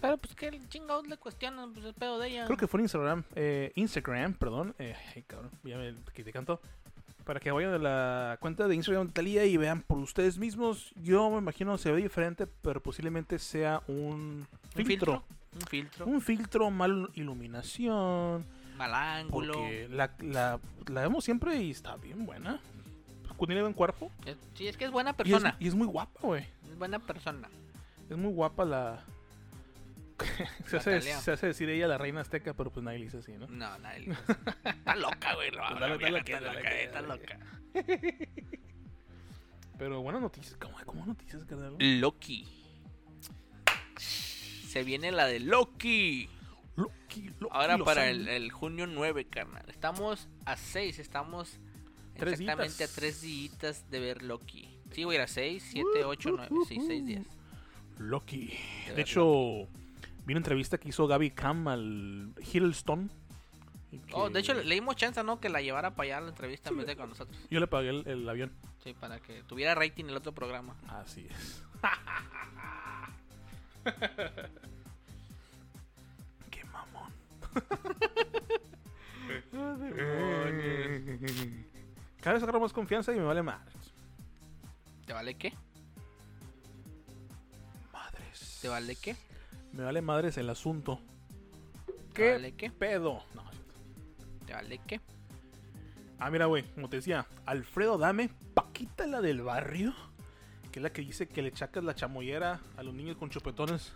pero pues que el chingados le cuestionan, pues el pedo de ella. Creo que fue en Instagram, eh, Instagram, perdón. eh, ay, cabrón, ya me que te canto. Para que vayan a la cuenta de Instagram de Talía y vean por ustedes mismos. Yo me imagino se ve diferente, pero posiblemente sea un filtro. Un filtro. Un filtro, mal iluminación. Mal ángulo. Porque la, la, la vemos siempre y está bien buena. Pues, tiene buen cuerpo. Eh, Sí, es que es buena Y es, persona. y es muy guapa, güey. Es buena persona. Es muy guapa la. se, hace, Natalia. se hace decir ella la reina azteca, pero pues nadie le dice así, ¿no? No, nadie. le- Está loca, güey. lo- Pues dale, la vieja dale, Está dale, loca, dale, eh, está dale. loca. Pero buenas noticias. ¿Cómo, cómo noticias, carnal? Loki. Se viene la de Loki. Loki, Loki, Ahora lo para sabe. el, eh, el junio 9, carnal. Estamos a 6, estamos Tres exactamente días. a 3 días de ver Loki. Sí, voy a ir a 6, Uh, 7, 8, 9, sí, 6 días. De Loki. uh, De ver hecho, vi una entrevista que hizo Gaby Cam al Hiddleston. y Oh, que de hecho, le le dimos chance, ¿no? Que la llevara para allá a la entrevista en vez de con nosotros. Yo le pagué el, el avión. Sí, para que tuviera rating el otro programa. Así es. Qué mamón. Cada vez agarro más confianza y me vale madres. ¿Te vale qué? Madres. ¿Te vale qué? Me vale madres el asunto. ¿Te ¿Qué? vale qué? Pedo. No, ¿Te vale qué? Ah, mira, güey, como te decía, Alfredo Dame, Paquita la del barrio, que es la que dice que le chacas la chamoyera a los niños con chupetones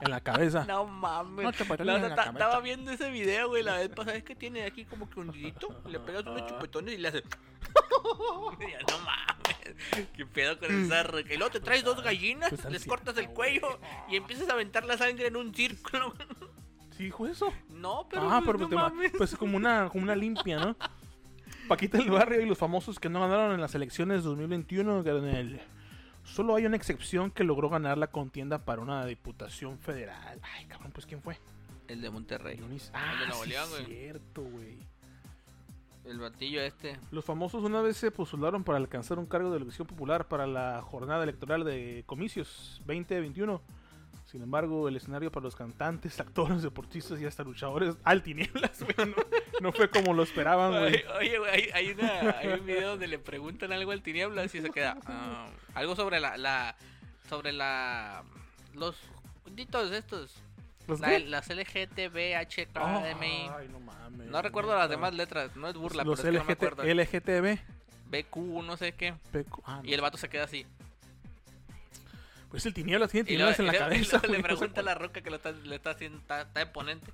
en la cabeza. No mames. No, chupetones La en otra la ta- cabeza. estaba viendo ese video, güey, la vez pasada. Es que tiene aquí como que un dedito, le pegas Ah. unos chupetones y le hace. Y ya, no mames. Qué pedo con esa roca. Y luego te traes dos gallinas, Pues, les ansiedad, cortas el güey. cuello y empiezas a aventar la sangre en un círculo. ¿Sí dijo eso? No, pero. ah, pues, no pero pues, te ma- mames. pues es como una, como una limpia, ¿no? Paquita del barrio y los famosos que no ganaron en las elecciones 2021, carnal. Solo hay una excepción que logró ganar la contienda para una diputación federal. Ay, cabrón, pues ¿quién fue? El de Monterrey. Leonis. Ah, Nuevo sí, León, güey. cierto, güey. El batillo este. Los famosos una vez se postularon para alcanzar un cargo de elección popular para la jornada electoral de comicios 2021. Sin embargo, el escenario para los cantantes, actores, deportistas y hasta luchadores al tinieblas, güey, no, no fue como lo esperaban, Ah, güey. Oye, Oye, güey, hay, hay una, hay un video donde le preguntan algo al tinieblas y se queda. ah, algo sobre la, la. Sobre la. Los. Ditos estos. ¿Los La- qué? Ah, las LGTBHKDMI. Ay, no mames. no recuerdo neta. las demás letras, no es burla, Los pero es que LGT, no me acuerdo. LGTB. BQ, no sé qué. peco- ah, no. Y el vato se queda así. Pues el tinieblas tiene Y luego- tinieblas en y luego- la y cabeza. luego güey, le no sé pregunta a la roca que lo está, le está haciendo, está, está de ponente.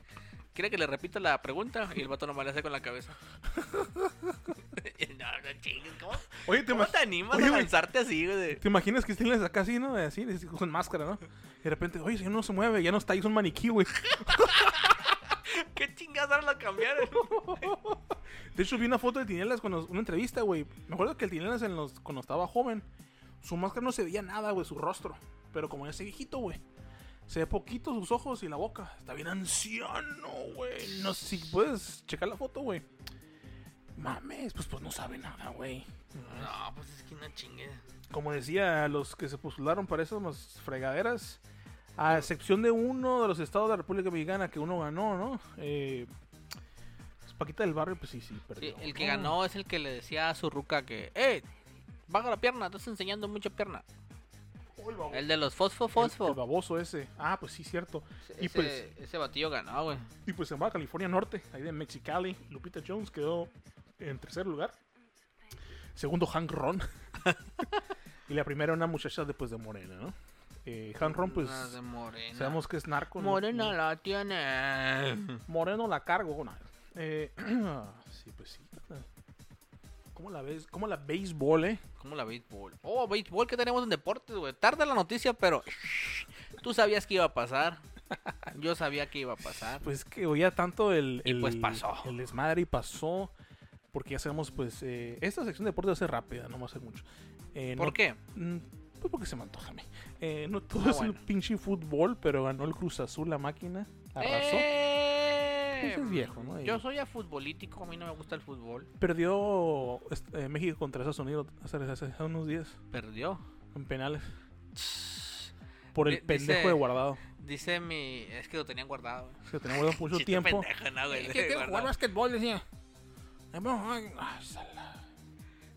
¿Quiere que le repita la pregunta? Y el vato nomás le hace con la cabeza. no, no chingues, ¿cómo, por- Oye, te, cómo ima- te animas Oye, a güey. lanzarte así, güey? de- ¿Te imaginas que estén acá así, no? Así, con máscara, ¿no? Y de repente, oye, señor, no se mueve, ya no está ahí, es un maniquí, güey. ¿Qué chingas ahora lo cambiaron? De hecho, vi una foto de Tinelas cuando una entrevista, güey. Me acuerdo que el Tinelas en los, cuando estaba joven, su máscara no se veía nada, güey, su rostro. Pero como ya ese viejito, güey. Se ve poquito sus ojos y la boca. Está bien anciano, güey. No sé si puedes checar la foto, güey. Mames, pues, pues no sabe nada, güey. No, pues es que no chingues. Como decía, los que se postularon para esas mas- fregaderas, a excepción de uno de los estados de la República Mexicana que uno ganó, ¿no? Eh, pues, Paquita del Barrio, pues sí, sí, Sí, perdió. el que ¿no? ganó es el que le decía a su ruca que, ¡eh! Baja la pierna, estás enseñando mucha pierna. Oh, el baboso. El de los fosfo El, el fosfo. baboso ese. Ah, pues sí, cierto. Ese, y pues- ese batillo ganó, güey. Y pues se va a California Norte, ahí de Mexicali. Lupita Jones quedó en tercer lugar. Segundo, Hank Ron. y la primera, una muchacha después de Morena, ¿no? Eh, Hank Ron, pues Una de morena. sabemos que es narco. ¿no? Morena la tiene. Moreno la cargo. no. Eh, sí, pues sí. ¿Cómo la ves? ¿Cómo la béisbol, eh? ¿Cómo la béisbol? Oh, béisbol que tenemos en deportes, güey. Tarda la noticia, pero tú sabías que iba a pasar. Yo sabía que iba a pasar. Pues que oía tanto el, Y el- pues pasó. el desmadre y pasó. Porque ya sabemos, pues, eh, esta sección de deporte va a ser rápida, no va a ser mucho. Eh, ¿Por no- qué? mm, Pues porque se me antoja a mí. Eh, no todo Ah, es el bueno. pinche fútbol, pero ganó el Cruz Azul la máquina. Arrasó. ¡Eh! Pues es viejo, ¿no? Y Yo soy afutbolítico, a mí no me gusta el fútbol. Perdió est- eh, México contra Estados Unidos hace, hace- hace unos días Perdió. en penales. Por el Di- pendejo dice- de guardado. Dice mi. Es que lo tenían guardado. güey. Se tenía guardado mucho Chiste tiempo. Eh, pendejo, ¿no, güey? Es que quiero Guardado. jugar básquetbol, decía. Ay, vamos a jugar- Ah, sala.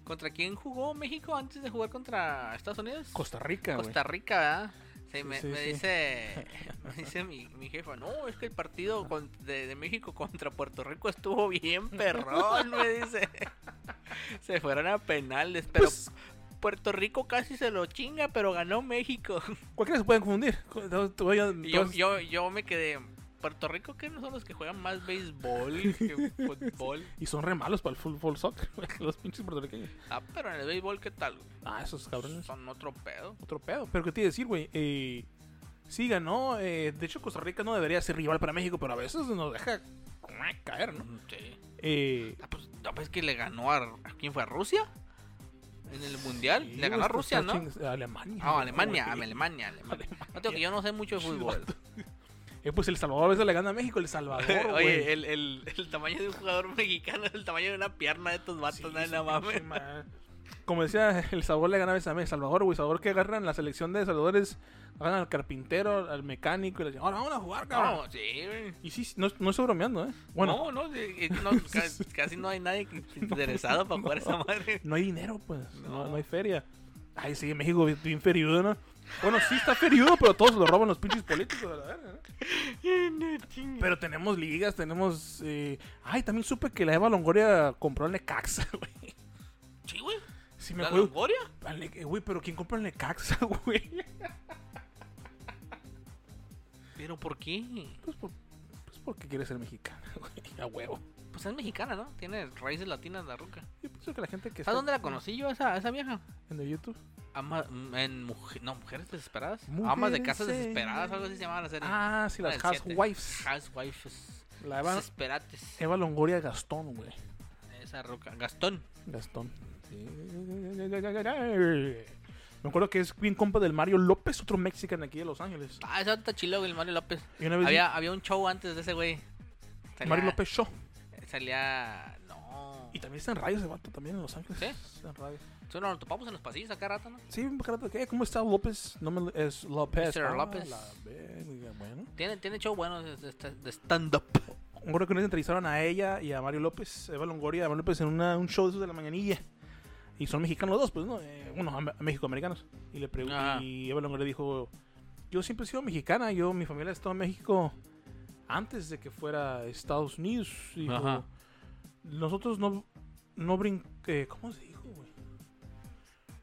¿Contra quién jugó México antes de jugar contra Estados Unidos? Costa Rica, güey. Costa Rica, ¿verdad? Sí, me, sí, me sí. dice, me dice mi, mi jefa, no, es que el partido con- de, de México contra Puerto Rico estuvo bien perrón, me dice. Se fueron a penales, pero Pues- Puerto Rico casi se lo chinga, pero ganó México. Cualquiera se pueden confundir. Entonces, tú- yo- Y yo, entonces- yo, yo me quedé, Puerto Rico que no son los que juegan más béisbol que fútbol. Y son re malos para el fútbol soccer, güey, los pinches puertorriqueños. Ah, pero en el béisbol, ¿qué tal? güey? Ah, esos cabrones. Son otro pedo. Otro pedo. Pero, ¿qué te iba a decir, güey? Eh, sí, ganó. eh, de hecho, Costa Rica no debería ser rival para México, pero a veces nos deja ah, caer, ¿no? Sí. Eh, Ah, pues, no, pues, que le ganó a, ¿a quién fue? ¿A Rusia? En el mundial. sí, le ganó a güey, pues, Rusia, está ¿no? ching- a Alemania. Ah, güey, Alemania, güey. Alemania, Alemania. No tengo que yo no sé mucho de fútbol. Eh, pues El Salvador a veces le gana a México, El Salvador, güey. Oye, el, el, el tamaño de un jugador mexicano es el tamaño de una pierna de estos vatos, Sí, nada, sí, nada mames. pinche madre. Como decía, el Salvador le gana a veces a México. Salvador, güey. Salvador que agarran la selección de Salvadores. Agarran al carpintero, al mecánico. Y le dicen, ahora vamos a jugar, cabrón. No, sí, güey. Y sí, sí, no, no estoy bromeando, ¿eh? No, Bueno, no, sí, eh, no, ca- casi no hay nadie que- interesado para jugar esa madre. no hay dinero, pues. No. No. no hay feria. Ay, sí, México bien- bien feriudo, ¿no? Bueno, sí está feriudo, pero todos lo roban los pinches políticos, a la verga, ¿no? Pero tenemos ligas, tenemos... eh, Ay, también supe que la Eva Longoria compró el Necaxa, güey. Sí, güey. Sí, me ¿La acuerdo. Longoria? Vale, eh, güey, pero ¿quién compra el Necaxa, güey? ¿Pero por qué? Pues, por- pues porque quiere ser mexicana, güey. A huevo. Pues es mexicana, ¿no? Tiene raíces latinas la ruca. Yo pienso que la gente que está... ¿Sabes dónde la conocí yo a esa, a esa vieja? En el YouTube. Ama, en mujer, no, mujeres desesperadas. Amas de casas Mujeres en- desesperadas, algo así se llamaba la serie. Ah, sí, las Ah, el siete. Housewives. Housewives. La Eva, Desesperates. Eva Longoria Gastón, güey. Esa roca. Gastón. Gastón. Me acuerdo que es bien compa del Mario López, otro mexicano aquí de Los Ángeles. Ah, esa está chilo, güey, el Mario López. Y una vez Había, había un show antes de ese güey. vi Salía- Mario López Show. Salía. No. Y también está en radio ese vato también en Los Ángeles. ¿Sí? Está en radio. Tú nos lo topamos en los pasillos acá rato, ¿no? Sí, un rato que, "Eh, ¿cómo está López? No me, es López. Mr. Ah, López. la verga, bueno. Tiene, tiene show bueno de, de- de stand-up. Me acuerdo que nos entrevistaron a ella y a Mario López, Eva Longoria y a Mario López en una- un show de esos de la mañanilla. Y son mexicanos los dos, pues, ¿no? Eh, bueno, am- mexicoamericanos. Y, le pregun- Ajá. y Eva Longoria dijo, yo siempre he sido mexicana, yo, mi familia ha estado en México antes de que fuera Estados Unidos. Dijo, Ajá. nosotros no, no brin- eh, ¿cómo se dijo, güey?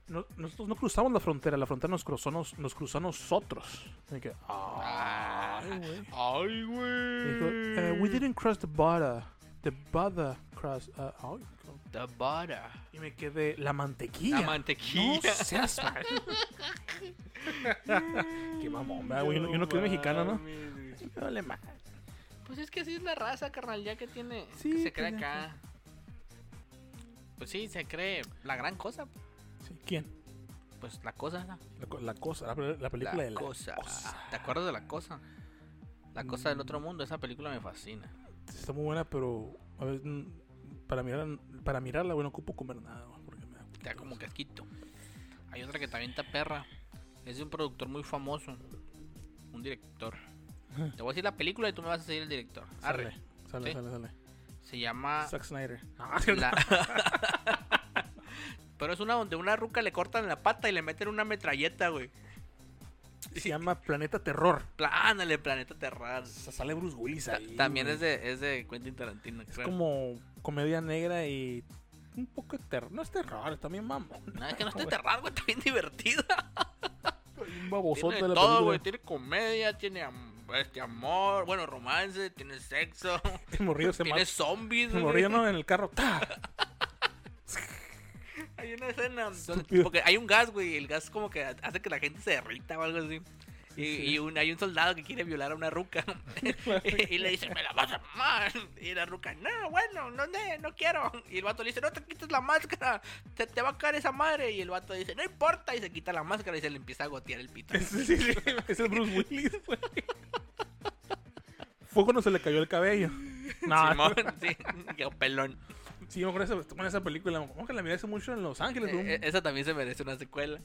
No- nosotros no cruzamos la frontera, la frontera nos cruzó, nos, nos cruzó a nosotros. Y que, ay, güey. Ah. Ay, Dijo, "Eh, we didn't cross the border. The border cross. uh, ay, cabrón". The butter. y me quedé la mantequilla. La mantequilla. No seas mal. Qué mamón, ¿verdad, güey. Yo no que es mexicano, ¿no? Me vale mal. Pues es que así es la raza, carnal, ya que tiene. Sí, que se cree pues ya. acá. Pues sí, se cree la gran cosa. Sí, ¿Quién? Pues la cosa. ¿no? La, co- la cosa, la, la película La de la cosa. ¿Te acuerdas de la cosa? La cosa del otro mundo, esa película me fascina. Está muy buena, pero a ver, mm, para, mirar, para mirarla, güey, no ocupo comer nada, güey, porque me da Te da como que. casquito. Hay otra que también está perra. Es de un productor muy famoso. Un director. Te voy a decir la película y tú me vas a decir el director. Arre. Sale, sale, Sí. Ah. sale, sale. Se llama. Zack Snyder. La- Pero es una donde una ruca le cortan la pata y le meten una metralleta, güey. Se llama Planeta Terror. Pla- Ándale, Planeta Terrar. O sea, sale Bruce Willis Ta- ahí. También güey. es de, es de Quentin Tarantino, Es creo. como comedia negra y un poco de terror. No es terror, también mamón. No, es que no está terrar, güey, está bien divertida. Un Tiene babosote de la todo, güey. película. Tiene comedia, tiene am- este amor, bueno, romance, tiene sexo, El morrillo se tiene mata. zombies, El güey. morrillo no en el carro. ¡Ta! Hay una escena donde, Estúpido. porque hay un gas, güey, y el gas como que hace que la gente se derrita o algo así. Y, Sí, sí. y un- hay un soldado que quiere violar a una ruca y le dice, me la vas a mamar. Y la ruca, no, bueno, no, no, no quiero. Y el vato le dice, no te quites la máscara, te, te va a caer esa madre. Y el vato dice, no importa, y se quita la máscara y se le empieza a gotear el pito. Es, sí, sí, es el Bruce Willis, güey. Fue cuando se le cayó el cabello. No, Simón, sí, qué pelón. sí, yo con esa, con esa película. Como que la miré hace mucho en Los Ángeles, güey. Eh, eh, esa también se merece una secuela.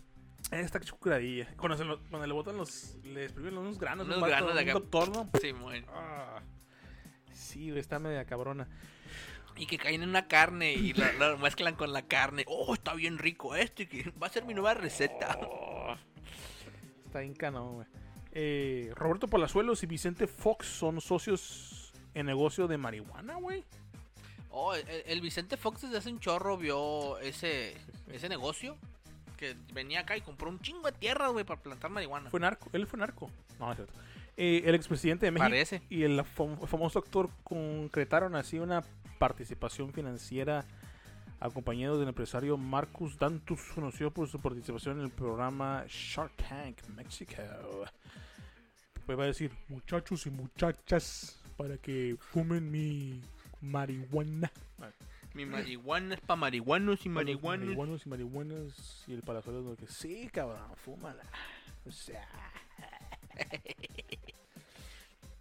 Esta chucuradilla. Cuando, se lo- cuando le botan los. Le exprimen unos granos. Unos un vato, granos de un acá. doctor, ¿no? Simón. Ah, sí, güey, está media cabrona. Y que caen en una carne y la, la mezclan con la carne. Oh, está bien rico esto. y que va a ser mi nueva receta. Está bien cano, güey. Eh, Roberto Palazuelos y Vicente Fox son socios en negocio de marihuana, güey. Oh, el, el Vicente Fox desde hace un chorro vio ese, ese negocio. Que venía acá y compró un chingo de tierra, güey, para plantar marihuana. Fue narco, él fue narco. No, no es cierto. Eh, el expresidente de México Parece. y el fam- famoso actor concretaron así una participación financiera acompañados del empresario Marcus Dantus, conocido por su participación en el programa Shark Tank México. Pues va a decir, muchachos y muchachas, para que fumen mi marihuana. Mi marihuana es para marihuanos y Para los marihuanos. marihuanos y marihuanas y el palazuelo de que sí, cabrón, fúmala. O sea.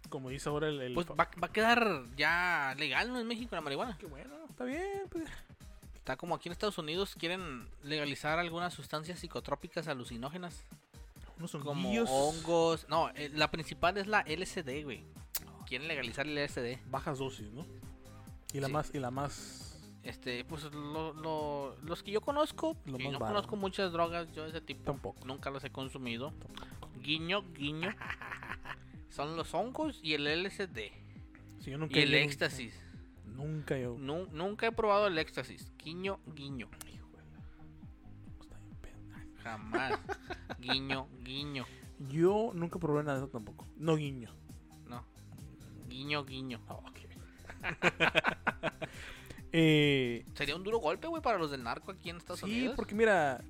Como dice ahora el. el Pues fa- va, va a quedar ya legal, ¿no? En México la marihuana. Qué bueno, está bien. pues. Está como aquí en Estados Unidos quieren legalizar algunas sustancias psicotrópicas alucinógenas. Unos Como honguillos. hongos. No, eh, la principal es la LSD, güey. Quieren legalizar el LSD. Bajas dosis, ¿no? Y la Sí. más. Y la más. Este, pues lo- lo- los que yo conozco, Lo que más no barato. conozco muchas drogas, yo de ese tipo Tampoco. nunca las he consumido. Guiño, guiño. Son los hongos y el LSD. Sí, yo nunca Y el yo- éxtasis. Mm. Nunca yo. Nu- nunca he probado el éxtasis. Guiño, guiño. Híjole. Está bien pendejo. Jamás. Guiño, guiño. Yo nunca probé nada de eso tampoco. No guiño. No. Guiño, guiño. Ah, ok. eh. Sería un duro golpe, güey, para los del narco aquí en Estados Sí, Unidos. porque mira.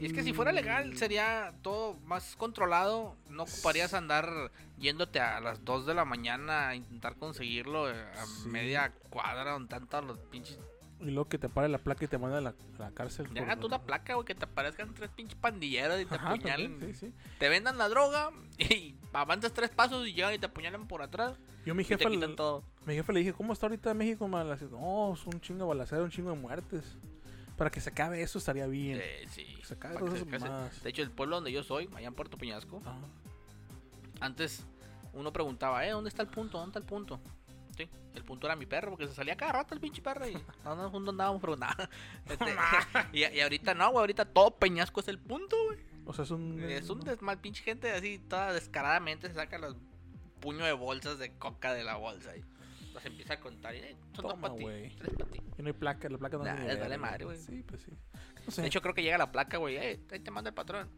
Y es que si fuera legal mm, sería todo más controlado. No ocuparías andar yéndote a las 2 de la mañana a intentar conseguirlo eh, a Sí. media cuadra con tantos los pinches. Y luego que te pare la placa y te manda a la, a la cárcel. por- Deja tú la placa, güey, que te aparezcan tres pinches pandilleros y te Ajá, apuñalen. también, sí, sí. Te vendan la droga y avanzas tres pasos y llegan y te apuñalan por atrás. Yo a mi Y te jefa, quitan le- todo. mi jefa le dije, ¿cómo está ahorita México? ma?" Le dice, No, es un chingo de balacera, un chingo de muertes. Para que se acabe eso estaría bien. Eh, sí. Se acaban Para que esas se case. mamadas. De hecho, el pueblo donde yo soy, allá en Puerto Peñasco, Ah, Antes uno preguntaba, eh, ¿dónde está el punto? ¿Dónde está el punto? Sí, el punto era mi perro, porque se salía cada rato el pinche perro y no, no, juntos andábamos preguntando. Este, y, y ahorita no, güey, ahorita todo peñasco es el punto, güey. o sea, es un... Es un desmal, pinche gente así, toda descaradamente se saca los puño de bolsas de coca de la bolsa y las empieza a contar. Y, eh, son dos Toma, pa' ti, güey. tres pa' ti. y no hay placa, la placa no Nah, tiene les idea, vale güey. madre, güey. Sí, pues sí. No sé, De hecho, creo que llega la placa, güey, eh, ahí te manda el patrón.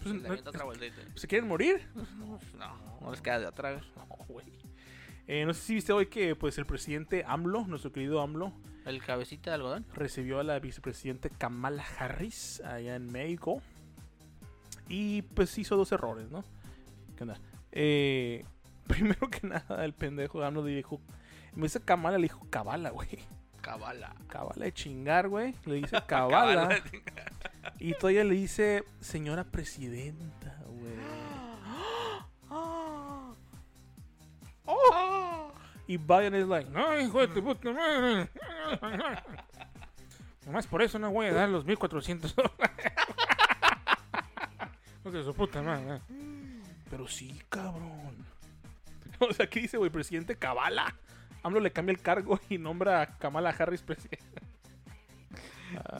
pues, Y le no- avienta otra bolsita. ¿se quieren morir? No, no les queda de otra, vez. No, güey. Eh, no sé si viste hoy que pues el presidente AMLO, nuestro querido AMLO, El cabecita de algodón. recibió a la vicepresidente Kamala Harris allá en México. Y pues hizo dos errores, ¿no? ¿Qué onda? Eh, primero que nada, el pendejo de AMLO dijo. Me dice Kamala, le dijo Kabala, güey. Cabala. Kabala de chingar, güey. Le dice Kabala. y todavía le dice señora presidenta, güey. Y Biden es like, no, hijo de tu puta madre. Nomás por eso no voy a dar los 1400 dólares. Hijo de su puta madre. Pero sí, cabrón. O sea, ¿qué dice, güey? Presidente Kabala. AMLO le cambia el cargo y nombra a Kamala Harris presidente.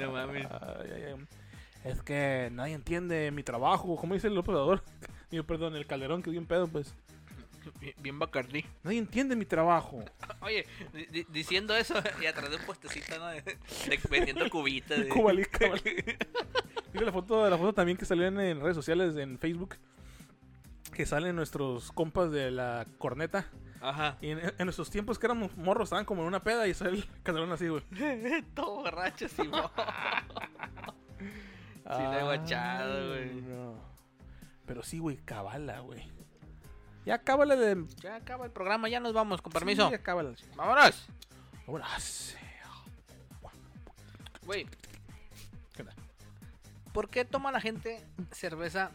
No mames. Ay, ay, ay. Es que nadie entiende mi trabajo. ¿Cómo dice el López Obrador? Digo, perdón, el Calderón, que bien pedo, pues. Bien, bien Bacardí. Nadie entiende mi trabajo. Oye, di- di- diciendo eso y atrás de un puestecito, ¿no? De, de- vendiendo cubitas. de- Cubalí, cubalí. Mira la foto, la foto también que salió en, en redes sociales, en Facebook. Que salen nuestros compas de la corneta. Ajá. Y en, en nuestros tiempos que éramos morros, estaban como en una peda y sale el Calderón así, güey. Todo borracho, sí, mo. lo he guachado, güey. no. Pero sí, güey, cábala, güey. Ya cábala de. Ya acaba el programa, ya nos vamos, con permiso. Sí, ya cábala. Vámonos. Vámonos. Güey, ¿Qué onda? ¿por qué toma la gente cerveza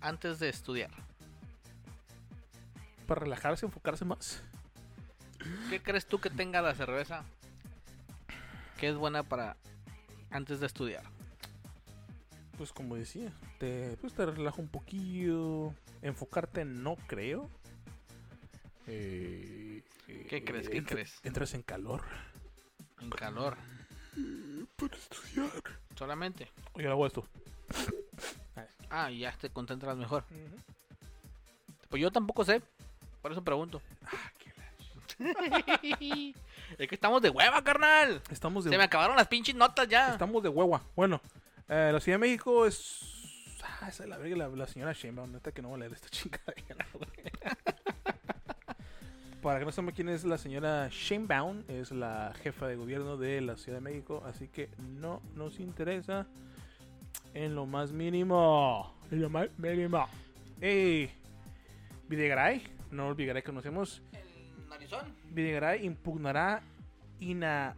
antes de estudiar? Para relajarse, enfocarse más. ¿Qué crees tú que tenga la cerveza que es buena para antes de estudiar? Pues como decía, te, pues te relaja un poquillo. Enfocarte no creo. Eh, ¿Qué eh, crees? ¿Qué entra- crees? Entras en calor. En calor, Para estudiar. solamente. Oye, hago esto. Ah, y ya te concentras mejor. Pues yo tampoco sé, por eso pregunto. Ah, es que estamos de hueva, carnal. Estamos Se me de, acabaron las pinches notas ya. estamos de hueva. Bueno, eh, la Ciudad de México es. Ah, esa es la verga, la, la señora Sheinbaum. Neta que no va a leer esta chingadera, güey. Para que no sepan quién es la señora Sheinbaum, es la jefa de gobierno de la Ciudad de México. Así que no nos interesa en lo más mínimo. En lo más mínimo. Ey, Videgaray, no el Videgaray que conocemos. El narizón. Videgaray impugnará ina-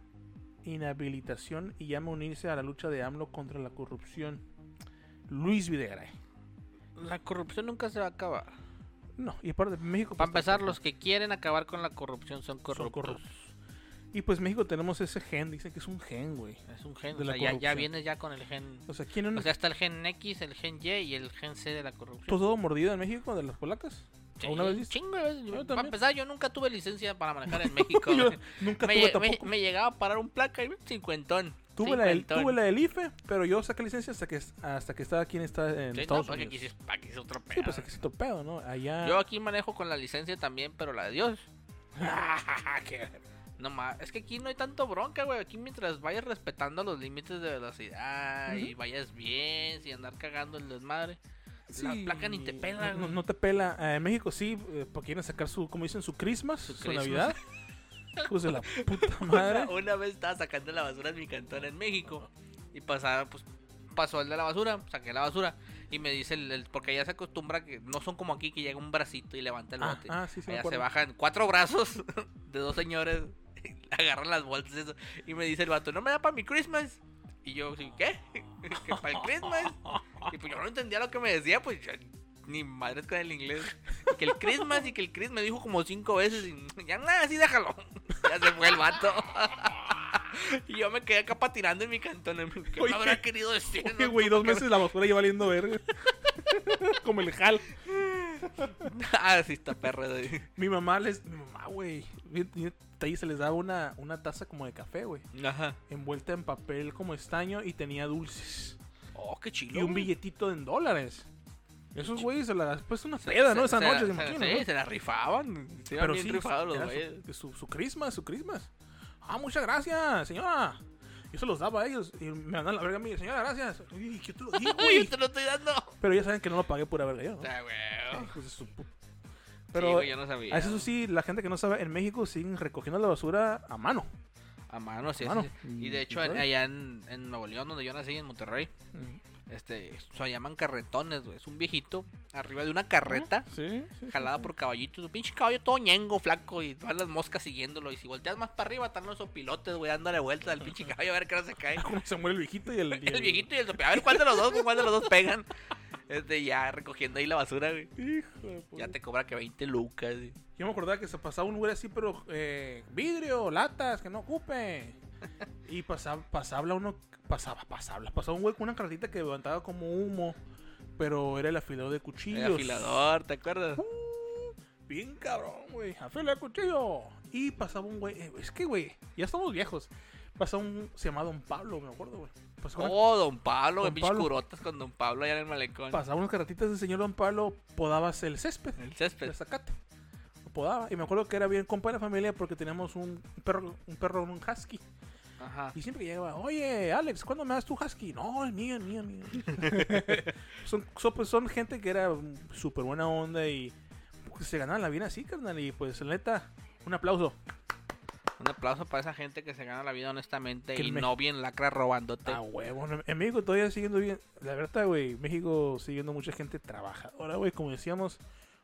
inhabilitación y llama a unirse a la lucha de AMLO contra la corrupción. Luis Videgaray. La corrupción nunca se va a acabar. No, y aparte México... Para pues, empezar, tampoco los que quieren acabar con la corrupción son son corruptos. corruptos. Y pues México tenemos ese gen, dicen que es un gen, güey. Es un gen. De o la sea, ya, ya corrupción. vienes ya con el gen. O sea, ¿quién O no sea, está el gen X, el gen Y y el gen C de la corrupción. todo mordido en México de las polacas? Sí, ¿Alguna vez viste? chingo de veces. Yo Para también. empezar, yo nunca tuve licencia para manejar en México. Yo güey. nunca me, tuve lle- me- tampoco. me llegaba a parar un placa y cincuentón. tuve, la del, cincuentón. tuve la del IFE, pero yo saqué licencia hasta que, hasta que estaba aquí en, esta- en Sí, no, pues, Estados porque aquí, Unidos. sí es- aquí es otro Sí, pedo. pues aquí sí topeo, ¿no? Allá... Yo aquí manejo con la licencia también, pero la de Dios. Ah, Qué- No más, es que aquí no hay tanto bronca, güey. Aquí mientras vayas respetando los límites de velocidad y vayas bien, sin andar cagando el desmadre. La placa ni te pela, No, güey. no te pela. Eh, en México sí, eh, porque quieren sacar su, como dicen, su Christmas, su, Christmas. Navidad. Hijos de la puta Una, madre. una vez estaba sacando la basura en mi cantón en México y pasaba, pues, pasó el de la basura, saqué la basura y me dice el, el- porque allá se acostumbra que no son como aquí que llega un bracito y levanta el Ah, bote. ah, sí, sí, me allá se acuerdo. bajan cuatro brazos de dos señores, agarran las bolsas eso, y me dice el vato, no me da para mi Christmas. Y yo, sí, ¿qué? ¿Que para el Christmas? Y pues yo no entendía lo que me decía, pues yo, ni madres con el inglés. Y que el Christmas y que el Christmas me dijo como cinco veces y ya nada, así déjalo. Ya se fue el vato. Y yo me quedé acá patinando en mi cantón. ¿Qué me Oye, habrá querido decir? Oye, güey, dos meses la basura lleva valiendo verga. como el jal. Ah, sí está perro. güey. Mi mamá les. Mi mamá, güey. bien- bien- Ahí se les daba una, una taza como de café, güey. Ajá. Envuelta en papel como estaño y tenía dulces. Oh, qué chilo. Y un güey. billetito en dólares. Esos güeyes se la pues una peda, ¿no? Esa Se- se- noche, se se- imaginan. Sí, ¿no? se la rifaban. Se iban Pero bien sí, rifados los era güeyes. su, su, su Christmas, su Christmas. Ah, muchas gracias, señora. Yo se los daba a ellos y me mandan la verga a mí. Señora, gracias. Uy, ¿qué te lo dije, Uy, güey? te lo estoy dando. Pero ya saben que no lo pagué pura verga yo, ¿no? Está, güey. Hijos de su pu- Sí, Pero güey, yo no sabía. a eso sí, la gente que no sabe, en México siguen recogiendo la basura a mano. A mano, sí. A mano. sí, sí. Y de Y- hecho, y en- todo. allá en, en Nuevo León, donde yo nací, en Monterrey, Mm. este, se llaman carretones, güey. Es un viejito arriba de una carreta. Ah, Sí, sí. Jalada por caballitos, un pinche caballo todo ñengo, flaco, y todas las moscas siguiéndolo. Y si volteas más para arriba, están los sopilotes, güey, dándole vueltas al pinche caballo a ver qué no se cae. Como se muere el viejito y el, y El viejito y el sopilote, a ver cuál de los dos, con cuál de los dos pegan. Este, ya recogiendo ahí la basura, güey. Hijo de puta. Ya te cobra que 20 lucas. güey. Yo me acordaba que se pasaba un lugar así, pero eh, vidrio, latas, que no ocupe. Y pasaba, pasaba uno, pasaba, pasaba, pasaba un güey con una cartita que levantaba como humo, pero era el afilador de El cuchillos. Uh, afilador, ¿te acuerdas? Bien cabrón, güey, afila el cuchillo. Y pasaba un güey, eh, es que güey, ya estamos viejos. Pasaba un, se llamaba Don Pablo, me acuerdo, güey. Pasaba, una- Oh, don Pablo, güey, Don pinches Pablo. curotas con don Pablo allá en el malecón. pasaba unas cartitas del señor Don Pablo, podabas el césped. El césped. de zacate. Lo podaba. Y me acuerdo que era bien compa de la familia porque teníamos un perro, un perro, un husky. Ajá. Y siempre que llegaba, oye, Alex, ¿cuándo me das tu husky? No, el mío, el mío, el mío. son, son, pues, son gente que era mm, súper buena onda y pues, se ganaban la vida así, carnal. Y pues, la neta, un aplauso. Un aplauso para esa gente que se gana la vida honestamente Que y en Mex- no bien lacra robándote. A huevo. En- En México todavía siguiendo bien. La verdad, güey, México siguiendo mucha gente trabajadora, güey. Como decíamos,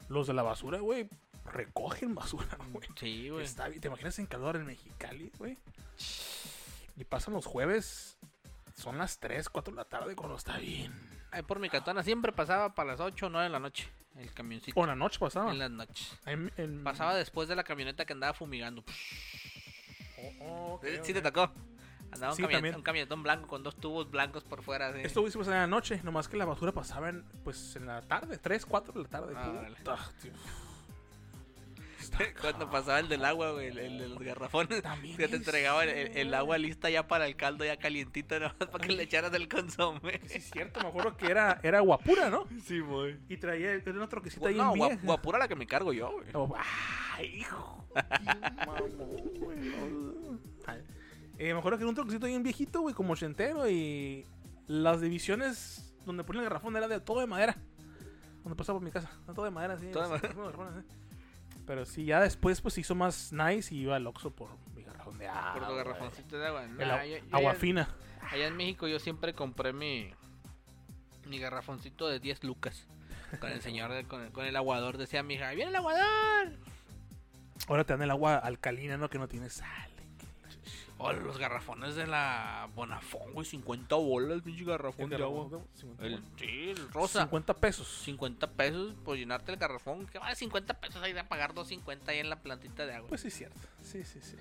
los de la basura, güey, recogen basura, güey. Sí, güey. Este, Está bien. ¿Te imaginas en calor en Mexicali, güey? Y pasan los jueves, son las 3, 4 de la tarde cuando está bien. Ahí por mi catana siempre pasaba para las 8 o 9 de la noche. El camioncito. O en la noche pasaba. En las noches. En- en- Pasaba después de la camioneta que andaba fumigando. Oh, oh, ok, Sí, te ok. tocó. Andaba un, Sí, camionetón- también. un camionetón blanco con dos tubos blancos por fuera. así. Esto hubiese pasado en la noche, nomás que la basura pasaba en, pues, en la tarde, 3, 4 de la tarde. Ah, órale. Puta, tío. Está Cuando pasaba el del agua, güey, el, el de los garrafones. También Que te es- entregaba el, el- el agua lista ya para el caldo, ya calientita, nada más para que le echaras el consomé. Sí, es cierto, me acuerdo que era, era guapura, ¿no? Sí, güey. Y traía era una Pues troquecita ahí No, en gua- vieja. guapura la que me cargo yo, güey. Oh, ¡Ay, hijo! qué mamón, güey, no. Ay. Eh, me acuerdo que era un troquecito bien viejito, güey, como ochentero. Y las divisiones donde ponía el garrafón era de todo de madera. Cuando pasaba por mi casa, era todo de madera, sí. Todo de los- los garrafones, sí. Pero sí, ya después pues se hizo más nice y iba al Oxxo por mi garrafón de agua. Por tu Ah, güey. garrafoncito de agua. El Nah, agua- yo- yo agua allá- fina. Allá en México yo siempre compré mi, mi garrafoncito de 10 lucas. Con el señor, de- con, el, con el aguador. Decía mi hija, "Ahí viene el aguador. Ahora te dan el agua alcalina, ¿no? Que no tiene sal. O Oh, los garrafones de la Bonafón, güey, 50 bolas, pinche garrafón de agua. El, 50, sí, el rosa. 50 pesos. 50 pesos por llenarte el garrafón. Que vale 50 pesos ahí de pagar 250 ahí en la plantita de agua. Pues sí, cierto. Sí, sí, sí.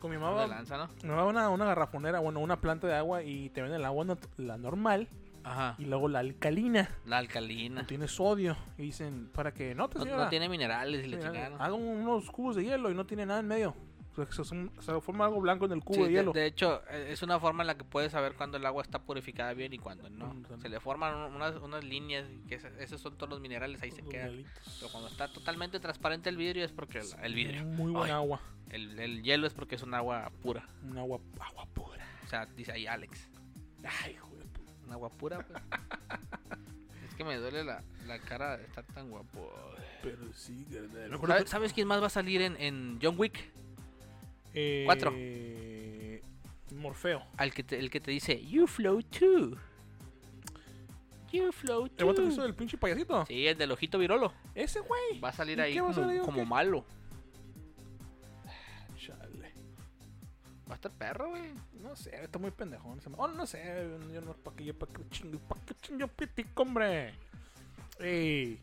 Con mi de mamá, lanza, ¿no? mi mamá una, una garrafonera, bueno, una planta de agua y te venden el agua nat- la normal Ajá. y luego la alcalina. La No alcalina. tiene sodio. Y dicen, para que no te No, no tiene minerales y le chingaron. Hagan unos cubos de hielo y no tiene nada en medio. O sea, que se, asum- se forma algo blanco en el cubo Sí, de, de, hielo. de hecho, eh, es una forma en la que puedes saber cuando el agua está purificada bien y cuando no. Mm, también. Se le forman un- unas, unas líneas, que esa- esos son todos los minerales, ahí se Los quedan. hielitos. Pero cuando está totalmente transparente el vidrio es porque el, el vidrio, Muy buena Ay. agua. el, el hielo es porque es un agua pura. Un agua, agua pura. O sea, dice ahí Alex, Ay, hijo de puta. un agua pura. pues. es que me duele la, la cara de estar tan guapo. Pero sí, carnal. ¿Sabes, sabes quién más va a salir en, en John Wick? Eh, Cuatro. Morfeo. Al que te- el que te dice, You flow too. You flow ¿El vato que hizo too. el pinche payasito? Mm. Sí, el del ojito virolo. Ese güey. Va a salir ¿Y ahí qué va a como, salir o como qué? malo. Chale. Va a estar perro, güey. No sé, está muy pendejón. ese ma- Oh, no sé, yo no, pa' que yo, pa' que chingo, pa' que chingo, pitico, hombre. Ey,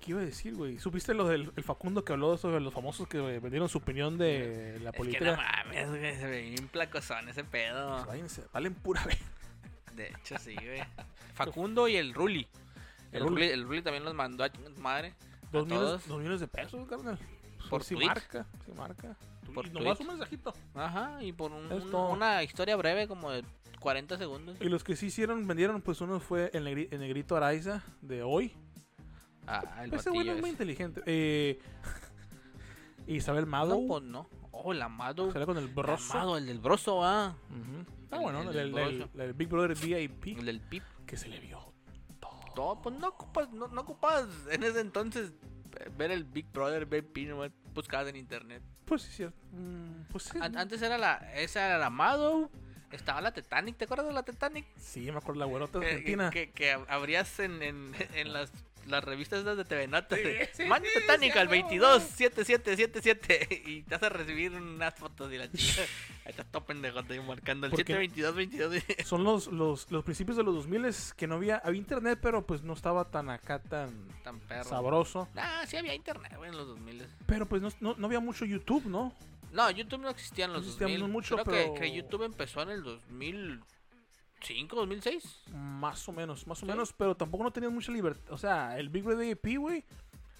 ¿qué iba a decir, güey? ¿Supiste lo del el Facundo que habló sobre los famosos que eh, vendieron su opinión de la Es que no política? mames, güey, se ve bien placosón ese Pues pedo. váyanse, valen pura vez. De hecho, sí, güey. Facundo y el Ruli. El El Ruli. Ruli, el Ruli también los mandó a chingar su madre. Dos ¿A millones, todos? dos millones de pesos, carnal. Pues, ¿Por si tweet? marca, si marca. ¿Por y nomás tweet? un mensajito. Ajá, y por un- Es un- todo. una historia breve como de 40 segundos. Y los que sí hicieron, vendieron, pues uno fue el, negri- el negrito Araiza de hoy. Ah, el Ese güey batillo no es ese. muy inteligente. Eh, Isabel No, Mado. pues no. Oh, el amado. Sale con el El broso. amado, el del broso, ah. Ujú. Está El- bueno, el el, del el- el- broso. el Big Brother VIP El del pip. que se le vio. No, pues no ocupas, no, no ocupas en ese entonces eh, ver el Big Brother, ver Pip, nomás buscabas en internet. Pues sí, cierto. Mm, pues sí. An- antes era la, esa era la Amado, estaba la Titanic, ¿te acuerdas de la Titanic? Sí, me acuerdo la güerota de Que- Argentina. Eh, Que, que, ab- abrías en, en, en las, las revistas esas de TV Nata. Sí, de, sí, "Man sí, Titanic sí, al a huevo, 227777 y te vas a recibir unas fotos de la chica. Ahí estás todo pendejote ahí marcando el ¿Por qué? 72222. Son los, los, los principios de los 2000 que no había, había internet, pero pues no estaba tan acá, tan Tan perro. sabroso. Ah, sí había internet, güey, en los 2000. Pero pues no, no, no había mucho YouTube, ¿no? No, YouTube no existía en No los existía 2000. mucho, Creo pero- que, que YouTube empezó en el 2005, 2006. Más o menos, más Sí. o menos, pero tampoco no tenías mucha libertad. O sea, el Big Brother VIP, güey,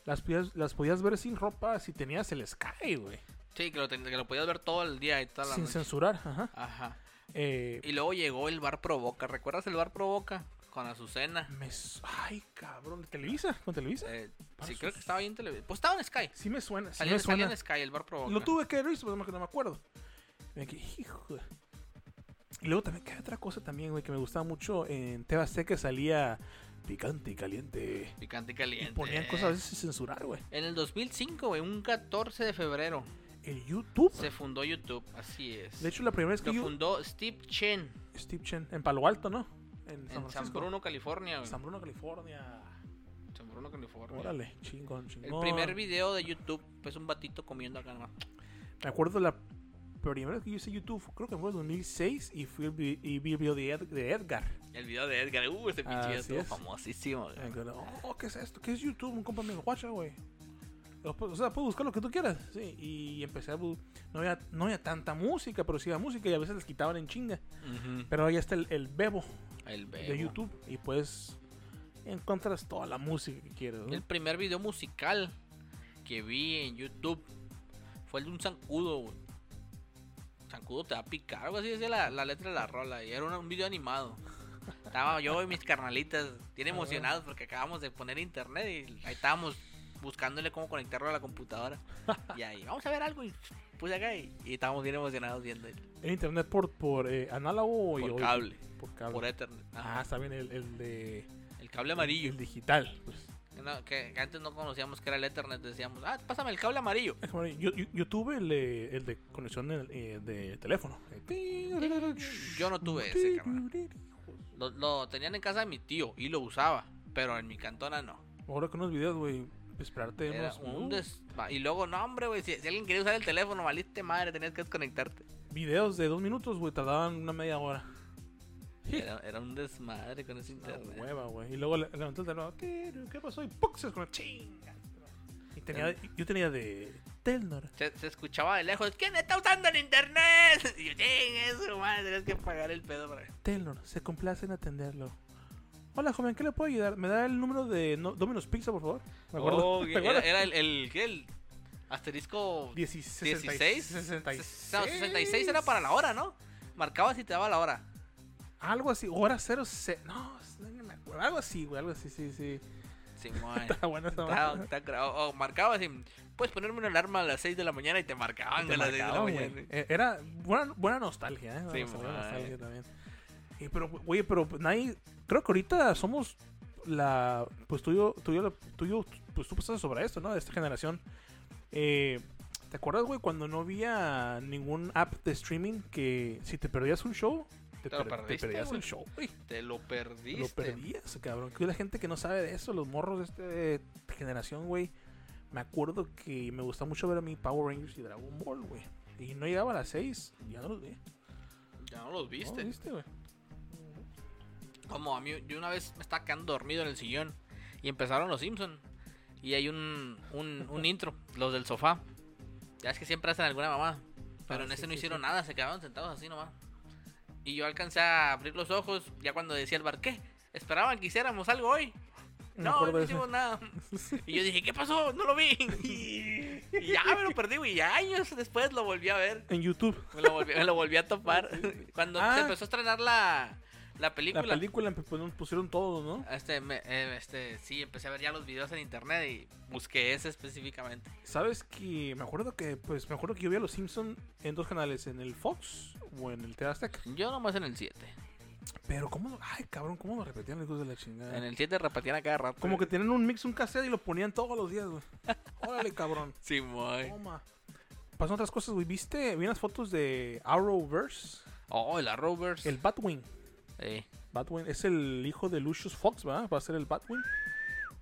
las podías, las podías ver sin ropa si tenías el Sky, güey. Sí, que lo, ten- que lo podías ver todo el día y toda la Sin noche. censurar, ajá. Ajá. Eh, Y luego llegó el Bar Provoca. ¿Recuerdas el Bar Provoca? Con Azucena. Me su- Ay, cabrón. ¿Televisa? ¿Con Televisa? Eh, Para sí, sus- creo que estaba ahí en televisión. Pues estaba en Sky. Sí me suena, sí Salía, me salía suena. en Sky, el bar provoca. Lo tuve que ver, pero no me acuerdo. Y me quedé, hijo. de- Y luego también, que hay otra cosa también, güey, que me gustaba mucho en Teba que salía picante y caliente. Picante y Y caliente. ponían cosas a veces sin censurar, güey. En el 2005, güey, un 14 de febrero, El YouTube. se fundó YouTube. Así es. De hecho, la primera vez que Lo yo... fundó Steve Chen Steve Chen, en Palo Alto, ¿no? En San en Francisco. San Bruno, California. güey. San Bruno, California. San Bruno, California. Órale, chingón, chingón. El primer video de YouTube es un batito comiendo acá nomás. Me acuerdo la primera vez que yo hice YouTube, fue- creo que fue en 2006 y fui al vi- y vi el video de, Ed- de Edgar. El video de Edgar, uh, ese pinche Ah, Así video estuvo es. famosísimo. güey. Me acuerdo, Oh, ¿qué es esto? ¿Qué es YouTube? Un compa me dijo, guacha, güey. Lo pu- O sea, puedes buscar lo que tú quieras. Sí, y empecé a. bu- No había, no había tanta música, pero sí había música y a veces les quitaban en chinga. Ujú. Pero ahí está el, el bebo, El de Bebo. YouTube y pues, puedes encontras toda la música que quieres. ¿no? El primer video musical que vi en YouTube fue el de un zancudo, güey. Zancudo te va a picar, algo así decía la, la letra de la rola. Y era un, un video animado. Estaba yo y mis carnalitas bien emocionados porque acabamos de poner internet y ahí estábamos buscándole cómo conectarlo a la computadora. Y ahí, vamos a ver algo. Y puse acá y, y estábamos bien emocionados viendo el- ¿En internet por, por eh, análogo o- Por o- cable. Por cable. por Ethernet. ah, Ajá. está bien, el, el de. El cable amarillo. El digital. pues. Que no- que, que antes no conocíamos que era el Ethernet. Decíamos, ah, pásame el cable amarillo. Yo, yo, yo tuve el de, el de conexión de, eh, de teléfono. Yo no tuve ese, carnal. Lo, lo tenían en casa de mi tío y lo usaba, pero en mi cantona no. Ahora con unos videos, güey, esperarte Era unos un des- va- Y luego, no, hombre, güey, si, si alguien quería usar el teléfono, valiste madre, tenías que desconectarte. videos de dos minutos, güey, tardaban una media hora. Era, era un desmadre con ese Una internet. hueva, Ah, güey. Y luego le- levantó el teléfono. "Tiru, ¿Qué pasó? Y ¡pum! se desconectó. Chinga. Y tenía, yo tenía de Telnor. se, se escuchaba de lejos, ¿quién está usando el internet? Y yo, "Ching, eso, madre, tenías que pagar el pedo para... Telnor, se complace en atenderlo. Hola, joven, ¿qué le puedo ayudar? ¿Me da el número de no- Domino's Pizza, por favor? ¿Me acuerdo? Oh, ¿Te era, acuerdas? era el, el, ¿qué? el asterisco 16. 16? 66. No, 66 era para la hora, ¿no? Marcabas y te daba la hora. Algo así, hora 0. No, no me acuerdo. Algo así, güey, algo así, sí, sí. Simón. Está buena esa Está- madre. está cra- o, o marcabas y puedes ponerme una alarma a las 6 de la mañana y te marcaban Te a las 6 de la marcaban, güey. mañana. Eh, Era buena, buena nostalgia, ¿eh? Sí, Buena madre. nostalgia también. Y pero, oye, pero nadie. Creo que ahorita somos la. Pues tú y yo, tú y yo, tú y yo, pues tú pasaste sobre esto, ¿no? De esta generación. Eh, ¿Te acuerdas, güey, cuando no había ningún app de streaming que si te perdías un show, te, Te lo per- perdiste, perdías güey. el show, güey. Te lo Te perdiste. Lo perdías, cabrón. Que la gente que no sabe de eso, los morros de este- de esta generación, güey. Me acuerdo que me gustaba mucho ver a mi Power Rangers y Dragon Ball, güey. Y no llegaba a las 6, ya no los vi. No Ya no los los viste. viste, güey? Como a mí, yo una vez me estaba quedando dormido en el sillón y empezaron los Simpsons. Y hay un, un, un intro, los del sofá. Ya es que siempre hacen alguna mamá. Pero Ah, en sí, ese no sí, hicieron sí. nada, se quedaron sentados así nomás. Y yo alcancé a abrir los ojos ya cuando decía el bar, ¿qué? Esperaban que hiciéramos algo hoy. Me No, acuerdo no de hicimos nada. Y yo dije, ¿qué pasó? No lo vi. Y ya me lo perdí, güey. Y años después lo volví a ver. En YouTube, Me lo volví, me lo volví a topar. Cuando Ah. se empezó a estrenar la, la película. la película me pusieron, pusieron todos, ¿no? Este, me- eh, este, sí, empecé a ver ya los videos en internet y busqué ese específicamente. Sabes que me acuerdo que, pues, me acuerdo que yo vi a los Simpsons en dos canales, en el Fox o en el TV Azteca. Yo nomás en el 7. Pero, ¿cómo? lo- Ay, cabrón, ¿cómo lo repetían los hijos de la chingada? En el 7 repartían a cada rato. Como Ah. que tenían un mix, un cassette y lo ponían todos los días, güey. Órale, cabrón. Sí, muy. Toma. Pasan otras cosas, güey. ¿Viste? Vi unas fotos de Arrowverse. Oh, la Rovers. eh, El Batwing. Sí. Batwing es el hijo de Lucius Fox, ¿verdad? Va a ser el Batwing.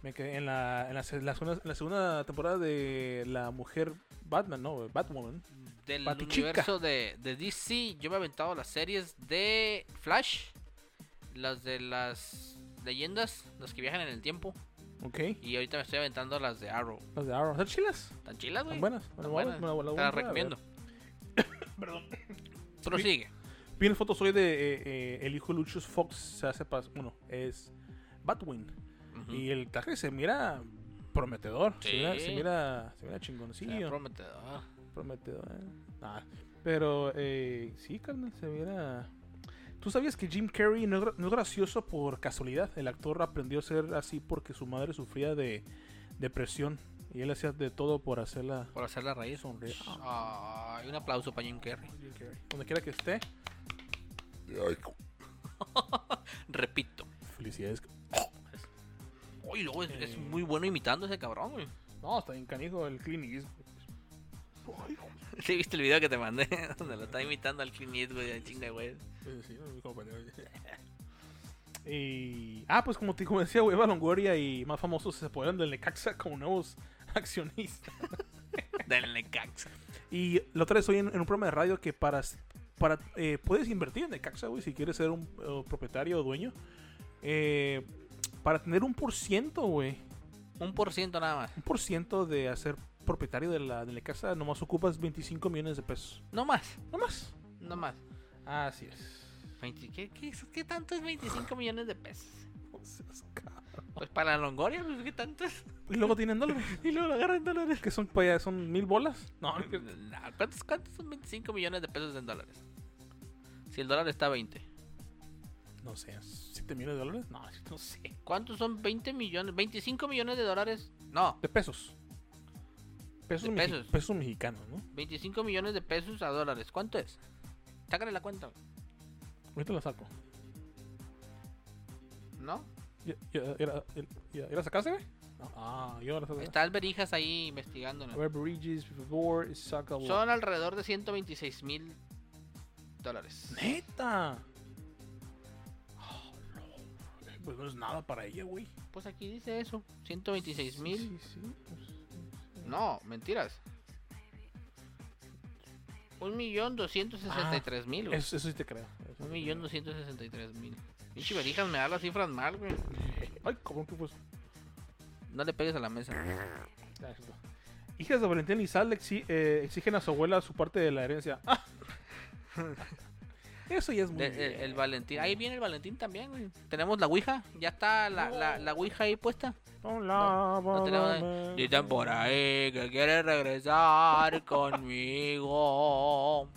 Me quedé en la, en la, se- la segunda, en la segunda temporada de la mujer Batman, ¿no? Batwoman. Del Batichica. universo de, de DC, yo me he aventado las series de Flash, las de las leyendas, las que viajan en el tiempo. Ok. Y ahorita me estoy aventando las de Arrow. Las de Arrow. ¿Están chilas? ¿Están chilas, güey? ¿Están buenas? Me la Están voy a- buenas. me la- me la Te voy a las ver. recomiendo. Perdón. Prosigue. Vi unas fotos hoy de eh, eh, el hijo de Lucius Fox. Se hace pas... Bueno, es Batwing. Ujú. Y eh, el traje se mira prometedor. Mm. Se Sí. mira, se mira, se mira O sea, chingoncillo. prometedor. Prometedor, ¿eh? Nah. Pero, eh, sí, carnal, se viera. ¿Tú sabías que Jim Carrey no, es gra- no es gracioso por casualidad? El actor aprendió a ser así porque su madre sufría de depresión y él hacía de todo por hacerla Por hacer la raíz. sonreír. Ay, un aplauso para Jim Carrey. Jim Carrey. Donde quiera que esté, Repito. felicidades. Uy, luego es, Eh. es muy bueno imitando a ese cabrón, güey. No, está bien canijo el Clint Eastwood. ¿Sí viste el video que te mandé? Donde lo está imitando al Clint Eastwood, ya chinga, güey. Eh, sí, mi compañero. Y, ah, pues como, te, como decía, güey, Eva Longoria y más famosos se apoderan del Necaxa como nuevos accionistas. Denle cax. Y la otra vez oí en, en un programa de radio que para, para eh, puedes invertir en Necaxa, güey, si quieres ser un eh, propietario o dueño. Eh, para tener un por ciento, güey, Un por ciento nada más. un por ciento de hacer propietario de la de Necaxa, nomás ocupas 25 millones de pesos. No más, No más. no más. Así es. 20 ¿qué, qué, es- qué tanto es 25 millones de pesos? No seas cabrón. Pues para la Longoria, pues, ¿qué tanto es? Y luego tienen dólares. Y luego lo agarran dólares. Que son, pues, ya son mil bolas. No, no es cierto. Nah, ¿Cuántos, ¿Cuántos son 25 millones de pesos en dólares? Si el dólar está a 20. no sé, siete millones de dólares. No, no sé. ¿Cuántos son 20 millones? ¿25 millones de dólares? No, De pesos. Pesos, De mexi- pesos. pesos mexicanos, ¿no? 25 millones de pesos a dólares. ¿Cuánto es? Sácale la cuenta, Ahorita la saco. ¿no? ¿Ya, ya, ya, ya- ya- ya la sacaste, güey? No. Ah, yo la saqué. Está Alberijas ahí investigándonos. Web Bridges before Isaka Wa- Son alrededor de 126 mil dólares. ¡Neta! Oh, no. Eh, Pues no es nada para ella, güey. Pues aquí dice eso. 126 mil. Sí, sí, pues, sí. No, mentiras. 1.263.000. güey. Eso, eso sí te creo. Eso sí Un te millón creo. doscientos sesenta y tres mil. Pinche verijas me da las cifras mal, güey. Ay, cabrón, que pues. No le pegues a la mesa. Ah, eso. Hijas de Valentín Lizalde exi- eh, exigen a su abuela su parte de la herencia. Ah. Eso ya es muy. De- el, el bien. Valentín. Ahí viene el Valentín también, güey. Tenemos la Ouija. Ya está la, la, la Ouija ahí puesta. Hola, No tenemos... mamá. Dicen por ahí que quiere regresar conmigo.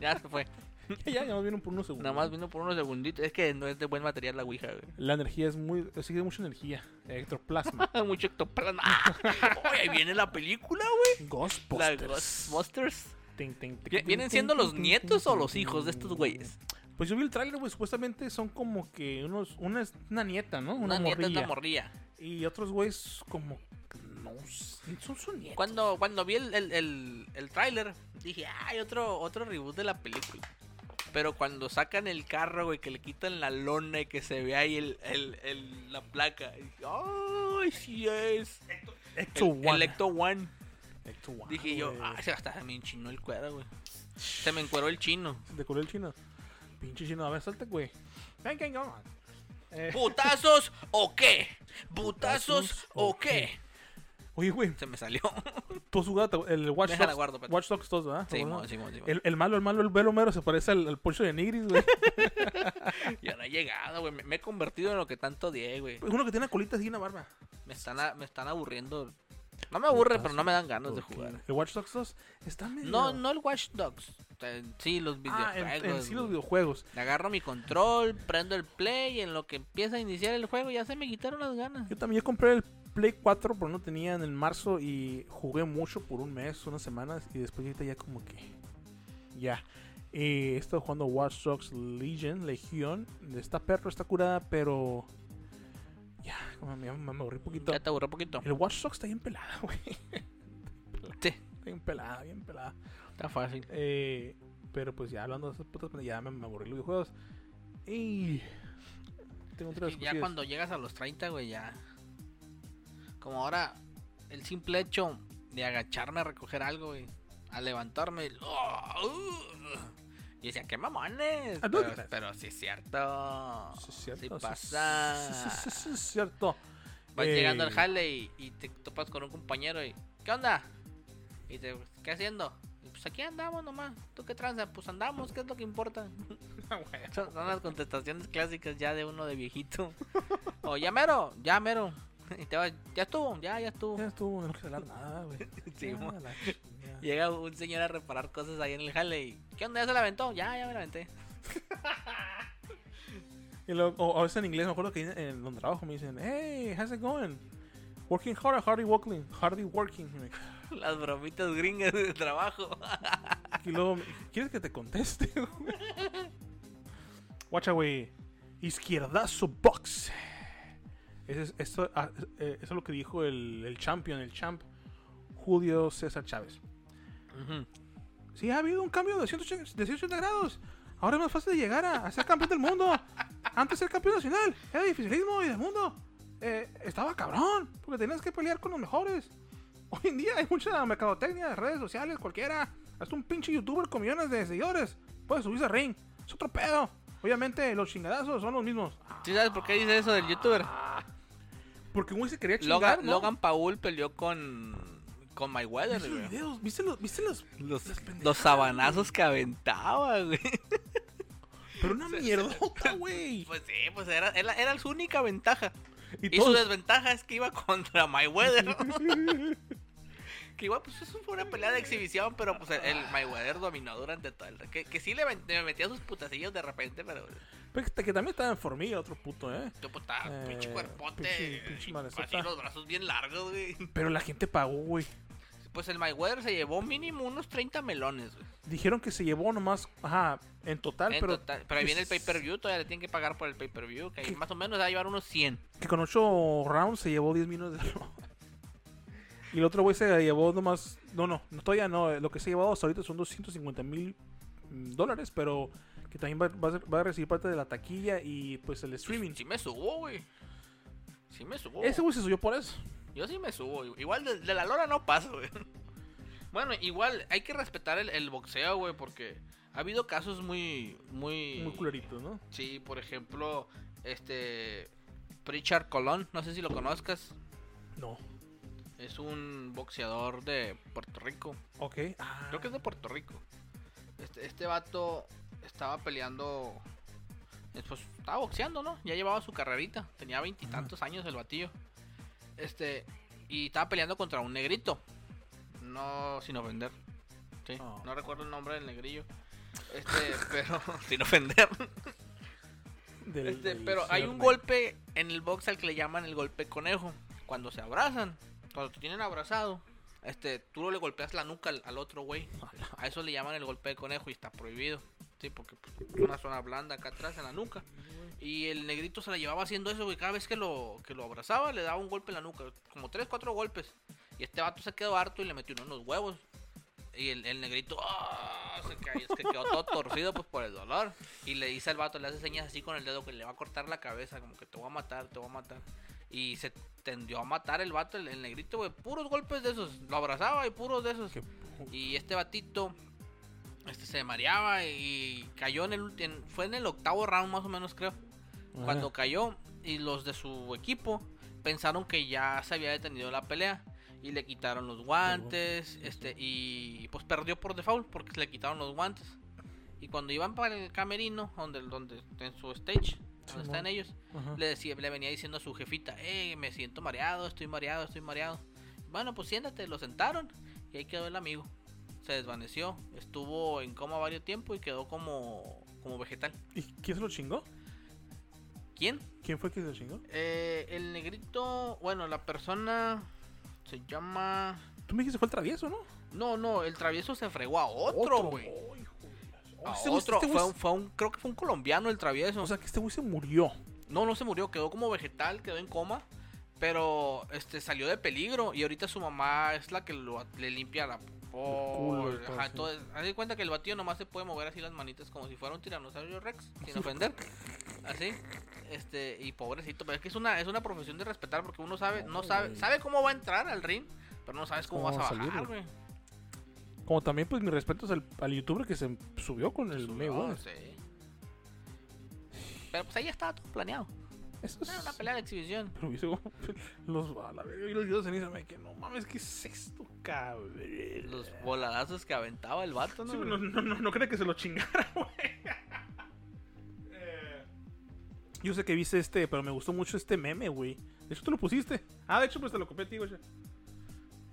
ya se fue. Ya, ya, ya nos vieron por unos segundos. Nada más vino por unos segunditos. Es que no es de buen material la Ouija, güey. La energía es muy. Exige mucha energía. Electroplasma. Ah, Mucho ectoplasma. Oye, ahí viene la película, güey. La Ghostbusters. Ghostbusters. Tin, tin, tin, ¿Vie- tin, ¿Vienen tin, siendo tin, los tin, nietos tin, o los tin, hijos de estos güeyes? Pues yo vi el tráiler, güey. Supuestamente son como que unos. Una es una nieta, ¿no? Una, Una, nieta es morrilla. una morrilla. Y otros güeyes como. No. sé, Son sus nietos. Cuando, cuando vi el, el, el, el tráiler, dije, "Ah, hay otro, otro reboot de la película. Pero cuando sacan el carro, güey, que le quitan la lona y que se ve ahí el, el, el- la placa. y dije, ¡Ay, sí es! Ecto El, One. el Ecto One. Ecto One, Dije yo, güey. ¡ah, se hasta me enchinó el cuero, güey! Se me encueró el chino. De Corea del Chino. Pinche chino, a ver, salte, güey. Ven, ven, ven. Eh, ¿Putazos o qué? ¿Butazos ¿Putazos o o qué? oye, güey, Se me salió. tú has jugado el Watch Déjala, Dogs. guardo, espérate. Watch Dogs 2, ¿verdad? Sí, ¿Cómo mo, no? sí, mo, sí, mo. el, el malo, el malo, el velo mero se parece al, al Poncho de Nigris, güey. Ya no he llegado, güey. Me, me he convertido en lo que tanto odié, güey. Es uno que tiene una colita así y una barba. Me están, a- me están aburriendo. No me aburre, pero no me dan ganas de Ok. jugar. El Watch Dogs 2 está medio... No, no el Watch Dogs. Eh, Sí, los Ah, en, videojuegos. en sí los güey. videojuegos. Agarro mi control, prendo el play y en lo que empieza a iniciar el juego ya se me quitaron las ganas. Yo también yo compré el Play 4, pero no tenía en el marzo y jugué mucho por un mes, unas semanas y después ahorita ya como que ya. Y he estado jugando Watch Dogs Legion, Legion. Está perro, está curada, pero ya, como me, me aburrí un poquito. Ya te aburré un poquito. El Watch Dogs está bien pelada, güey. Sí, Está bien pelada, bien pelada. está fácil. Eh, pero pues ya hablando de esas putas, pendejadas, ya me, me aburrí los videojuegos. Y tengo Es otras que ya cosillas. cuando llegas a los 30, güey, ya. Como ahora, el simple hecho de agacharme a recoger algo, güey. A levantarme. ¡oh! ¡uh! y decía, qué mamones. Ah, no, Pero, no, no. pero sí es cierto. Sí, es cierto, sí sí, pasa. sí, sí, sí, sí, es cierto. Vas Eh. llegando al jale y, y te topas con un compañero y. ¿Qué onda? Y te, ¿qué haciendo? Y, pues aquí andamos nomás. ¿Tú qué tranza? Pues andamos, ¿qué es lo que importa? Son, son las contestaciones clásicas ya de uno de viejito. O ya mero, ya mero. Y te vas, ya estuvo, ya, ya estuvo. Ya estuvo, no quiero hablar nada, güey. Sí, Ya, mo. la chingada. Llega un señor a reparar cosas ahí en el jale y. ¿Qué onda? ¿Ya se la aventó? Ya, ya me la aventé. Y luego, o, o es en inglés, me acuerdo que en, en donde trabajo me dicen, hey, how's it going? Working hard or hardy working? Hardy working. Y me- Las bromitas gringas de trabajo. Y luego, me- ¿quieres que te conteste? güey? Guacha, güey. Izquierdazo box. Ese es- esto- ah, es- eh, eso es lo que dijo el, el champion, el champ Julio César Chávez. Sí, ha habido un cambio de 180 de 180 grados. Ahora es más fácil de llegar a, a ser campeón del mundo. Antes ser campeón nacional era dificilismo y del mundo. eh, estaba cabrón, porque tenías que pelear con los mejores. Hoy en día hay mucha mercadotecnia, redes sociales, cualquiera. Hasta un pinche youtuber con millones de seguidores puede subirse al ring. Es otro pedo. Obviamente los chingadazos son los mismos. ¿Sí sabes por qué dice eso del youtuber? Porque un güey se quería chingar, Logan, ¿no? Logan Paul peleó con. Con My Weather, ¿Viste los videos? ¿Viste los, viste los, Los, las los pendejadas, sabanazos que aventaba, güey. Pero una mierdota, güey. Pues sí, pues era, era, era su única ventaja. Y, su desventaja es que iba contra Mayweather. que igual, pues eso fue una pelea de exhibición, pero pues el, el Mayweather dominó durante todo el. Que, que sí le, met- le metía sus putacillos de repente, pero. Pero que, que también estaba en Formiga, otro puto, ¿eh? Yo, pues, estaba Eh, pinche cuerpote. pinche- pinche y madresota. así los brazos bien largos, güey. Pero la gente pagó, güey. Pues el Mayweather se llevó mínimo unos 30 melones, güey. Dijeron que se llevó nomás, ajá, en total, En Ah, pero total. Pero ahí viene el es- pay-per-view, todavía le tienen que pagar por el pay-per-view, que ahí ¿Qué? más o menos va a llevar unos Pues, 100. que con 8 rounds se llevó 10 millones de rounds. Y el otro güey se llevó nomás, no, no, no, todavía no, eh, lo que se ha llevado hasta ahorita son 250 mil mm, dólares, pero que también va, va a ser- va a recibir parte de la taquilla y pues el streaming. Sí me subo, güey. Sí me subo. Ese güey se subió por eso. Yo sí me subo. güey. Igual de, de la lora no paso, güey. Bueno, igual hay que respetar el, el boxeo, güey, porque ha habido casos muy, muy... Muy culerito, ¿no? Sí, por ejemplo, este... Pritchard Colón, no sé si lo conozcas. No. Es un boxeador de Puerto Rico. Ok. Ah, Creo que es de Puerto Rico. Este, este vato estaba peleando. eh, Pues estaba boxeando, ¿no? Ya llevaba su carrerita. Tenía veintitantos años el batillo. Este. Y estaba peleando contra un negrito. No sin ofender. Sí. Oh. No recuerdo el nombre del negrillo. Este, pero. sin ofender. del- Este, del pero hay señor un Mike. golpe en el box al que le llaman el golpe conejo. Cuando se abrazan, cuando te tienen abrazado, este, tú le golpeas la nuca al, al otro güey. A eso le llaman el golpe de conejo y está prohibido. Sí, porque pues, es una zona blanda acá atrás en la nuca. Y el negrito se la llevaba haciendo eso, güey. Cada vez que lo, que lo abrazaba, le daba un golpe en la nuca. Como tres, cuatro golpes. Y este vato se quedó harto y le metió uno en los huevos. Y el, el negrito ¡ah! se cayó, es que quedó todo torcido pues por el dolor. Y le dice al vato, le hace señas así con el dedo que le va a cortar la cabeza, como que te voy a matar, te voy a matar. Y se tendió a matar el vato, el, el negrito, güey, puros golpes de esos. Lo abrazaba y puros de esos. Qué Y este batito este, se mareaba y cayó en el ulti- en- fue en el octavo round más o menos creo. Ajá. Cuando cayó y los de su equipo pensaron que ya se había detenido la pelea y le quitaron los guantes, este y pues perdió por default porque se le quitaron los guantes. Y cuando iban para el camerino donde donde en su stage, donde Simón. Ah. están ellos, Ajá. le, decía, le venía diciendo a su jefita, eh, me siento mareado, estoy mareado, estoy mareado. Bueno, pues siéntate, lo sentaron y ahí quedó el amigo. Se desvaneció, estuvo en coma varios tiempo y quedó como, como vegetal. ah. ¿Y quién se lo chingó? ¿Quién? ¿Quién fue que se lo chingó? Eh, el negrito, bueno, la persona se llama... Tú me dijiste fue el travieso, ¿no? No, no, el travieso se fregó a otro, güey. oh, hijo de la- oh, A este güey- otro, este güey- fue, un, fue un- creo que fue un colombiano el travieso. O sea, que este güey se murió. No, no se murió, quedó como vegetal, quedó en coma. Pero este salió de peligro y ahorita su mamá es la que lo- le limpia la culo y popó, todo ajá, así. todo es- Haz de cuenta que el batido nomás se puede mover así las manitas como si fuera un tiranosaurio rex, sin ofender. Así. Este, y pobrecito, pero es que es una, es una profesión de respetar porque uno sabe, no No, sabe, güey. sabe cómo va a entrar al ring, pero no sabes cómo, ¿Cómo vas a va a salir, bajar, güey? güey. Como también, pues, mis respetos al, al youtuber que se subió con el Subió, Mayweather. sí. Pero pues ahí ya estaba todo planeado. Eso es... Era una pelea de exhibición. Pero hice como- Los a la verga, y los videos en Instagram que no mames, ¿qué es esto, cabrón? Los voladazos que aventaba el vato, ¿no? Sí, pero güey? no, no, no, no creo que se lo chingara, güey. Eh, Yo sé que viste este, pero me gustó mucho este meme, güey. De hecho, tú lo pusiste. Ah, de hecho, pues te lo copié a ti, güey.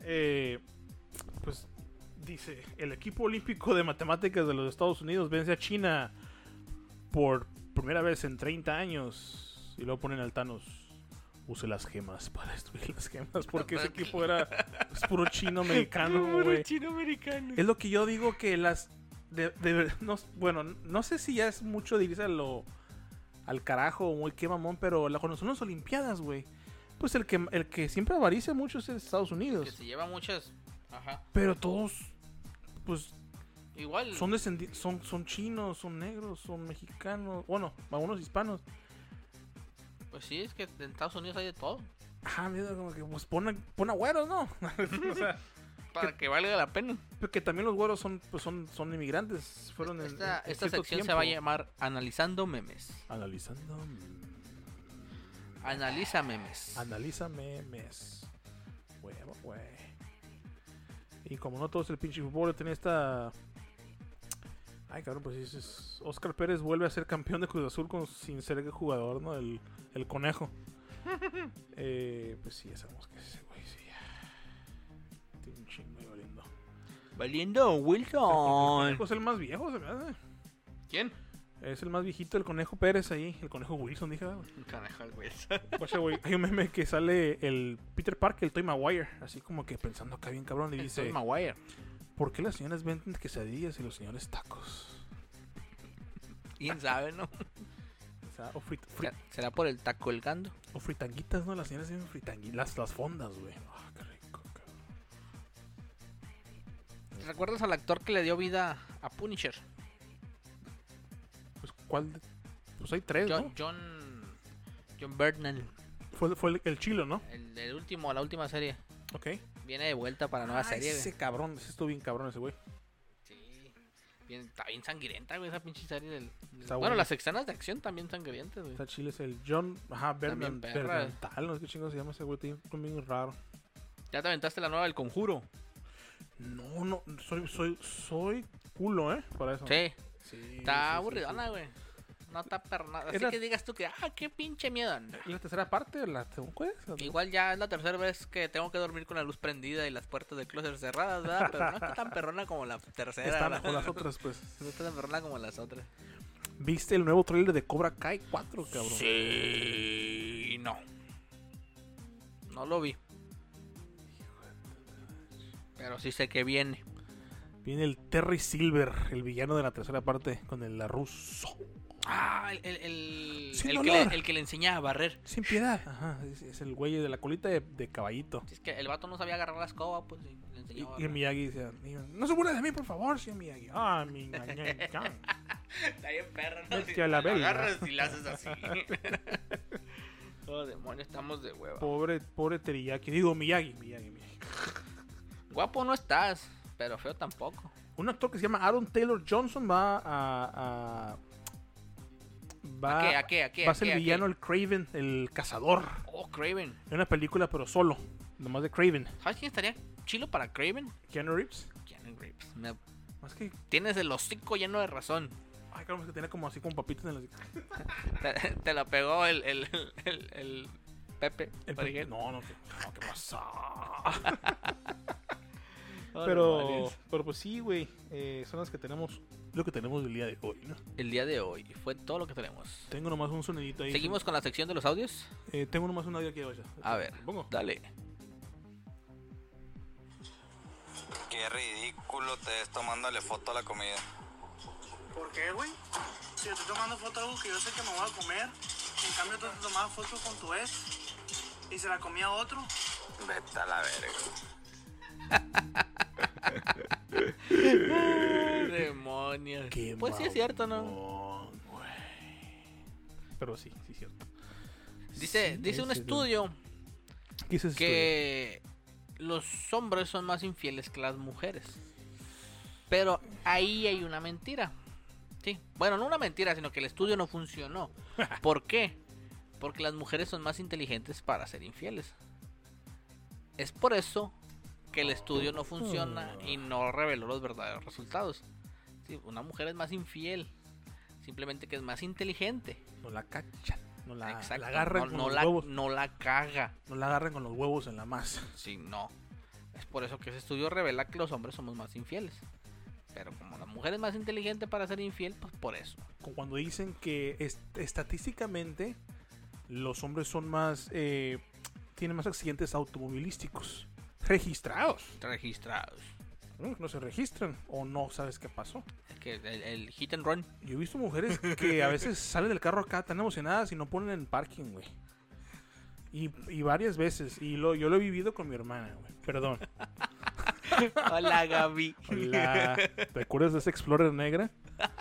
Eh, pues dice: El equipo olímpico de matemáticas de los Estados Unidos vence a China por primera vez en 30 años. Y luego ponen al Thanos. Use las gemas para destruir las gemas. Porque ese equipo era es puro chino mexicano, güey. chino americano. Es lo que yo digo que las. De, de ver- no, bueno, no sé si ya es mucho de irse a lo- al carajo o muy qué mamón, pero la, cuando son las Olimpiadas, güey. Pues el que, el que siempre avaricia mucho es Estados Que Unidos. se lleva muchas. Ajá. Pero todos, pues, Igual. son, descendi- son, son chinos, son negros, son mexicanos. Bueno, algunos hispanos. Pues sí, es que en Estados Unidos hay de todo. Ah, mira, como que, pues, pon, a- pon a güeros, ¿no? o sea, Para que valga la pena. porque también los güeros son, pues, son, son inmigrantes. Fueron en- Esta, en esta cierto sección se tiempo. va a llamar Analizando Memes. Analizando. Analiza Memes. Analiza memes. Huevo, güey. Y como no todo es el pinche fútbol, tiene esta. Ay, cabrón, pues dices. Oscar Pérez vuelve a ser campeón de Cruz Azul con- sin ser el jugador, ¿no? El, el conejo. Eh, pues sí, esa mosca ese güey, sí. Tiene un chingo ahí valiendo. Valiendo El Wilson. conejo es el más viejo, se me hace. ¿Quién? Es el más viejito, el conejo Pérez ahí. El conejo Wilson, dije. ah, güey. Carajo, el Wilson. Guacha, Pues, eh, güey, Hay un meme que sale el Peter Parker, el Toy Maguire. Así como que pensando acá bien cabrón. Y dice: Maguire. ¿Por qué las señoras venden quesadillas y los señores tacos? ¿Quién sabe, no? O sea, o, frit- frit- ¿Será- ¿Será por el taco colgando? o fritanguitas, ¿no? Las señoras tienen fritanguitas. Las, las fondas, güey. Ah, qué rico, cabrón. ¿Te recuerdas al actor que le dio vida a Punisher? Pues, ¿cuál? de- Pues hay tres, John. ¿no? John, John Bernal. Fue, fue el, el chilo, ¿no? El, el último, la última serie. Ok. Viene de vuelta para nueva Ah, serie. ese güey. cabrón. Ese estuvo bien cabrón ese güey. Sí. Bien, está bien sangrienta, güey, esa pinche serie del. Está bueno, buena. las escenas de acción también sangrientas, güey. Está chile, es el John. Ajá, Bernan, También perra. Bernantal. No sé qué chingo se llama ese güey. Tiene un bien raro. Ya te aventaste la nueva del conjuro. No, no. Soy, soy, soy culo, ¿eh? Para eso. Sí. Sí, sí, Está sí, aburridona, sí. güey. No está pernada. Así Era- que digas tú que, ah, qué pinche miedo. No. ¿Y la tercera parte? ¿La segunda pues? es? ¿La- Igual ya es la tercera vez que tengo que dormir con la luz prendida y las puertas del closet cerradas, ¿verdad? Pero no está tan perrona como la tercera. Está ¿verdad? mejor las otras, pues. No está tan perrona como las otras. ¿Viste el nuevo trailer de Cobra Kai 4, cabrón? Sí, no. No lo vi. Pero sí sé que viene. Viene el Terry Silver, el villano de la tercera parte, con el ruso. Ah, el, el, el- Sin el que, le, dolor. el que le enseñaba a barrer. Sin piedad. Ajá, es, es el güey de la colita de, de caballito. Si es que el vato no sabía agarrar la escoba, pues y le Y, enseñaba a y el barrer. Miyagi decía, no se burla de mí, por favor, señor Miyagi. Ah, mi ñañañán. Está bien perro, ¿no? Vete a la Lo verga. agarras y la haces así. oh, demonio, estamos de hueva. Pobre, pobre Teriyaki. Digo, Miyagi, Miyagi, Miyagi. Guapo no estás, pero feo tampoco. Un actor que se llama Aaron Taylor Johnson va a... a- va, ¿A qué? ¿A qué? ¿A qué? va ¿A a ser qué? Ah, el ¿A qué? villano, el Craven, el cazador. Oh, Craven. En una película, pero solo. Nomás de Craven. ¿Sabes quién estaría chilo para Craven? Keanu Reeves. Keanu Reeves. Me- Más que... Tienes el hocico lleno de razón. Ay, cabrón, es que tenía como así como papitas en las... Te, te la pegó el, el, el, el Pepe. El por pe- ejemplo. no, no, que- no, ¿qué pasó? Oh, pero, demonios. pero pues sí, güey. eh, son las que tenemos. Lo que tenemos del día de hoy, ¿no? El día de hoy fue todo lo que tenemos. Tengo nomás un sonidito ahí. Seguimos con la sección de los audios. Eh, tengo nomás un audio aquí, vaya. A ver, ¿Lo pongo? dale. Qué ridículo te ves tomándole foto a la comida. ¿Por qué, güey? Si yo estoy tomando foto de algo que yo sé que me voy a comer, en cambio tú te tomabas foto con tu ex y se la comía otro. Vete a la verga. Demonios. Qué Pues sí es cierto, ¿no? mamón, güey. Pero sí, sí es cierto. Dice, Sí, dice un ese es lo- estudio ¿Qué es ese que los hombres son más infieles que las mujeres. Pero ahí hay una mentira. Sí. Bueno, no una mentira, sino que el estudio no funcionó. ¿Por qué? Porque las mujeres son más inteligentes para ser infieles. Es por eso que el estudio no funciona y no reveló los verdaderos resultados. Sí, una mujer es más infiel, simplemente que es más inteligente. estudio? No la cachan. No la, Exacto. la agarran No- con no los la- huevos. no la caga. No la agarran con los huevos en la masa. Sí, no. Es por eso que ese estudio revela que los hombres somos más infieles. Pero como la mujer es más inteligente para ser infiel, pues por eso. con- cuando dicen que est- estadísticamente los hombres son más eh, tienen más accidentes automovilísticos registrados Registrados. ¿no? no se registran o no sabes qué pasó Es que el, el hit and run. yo he visto mujeres que a veces salen del carro acá tan emocionadas y no ponen en parking güey y, y varias veces y lo, yo lo he vivido con mi hermana güey perdón Hola, Gaby. Hola. ¿te acuerdas de esa Explorer negra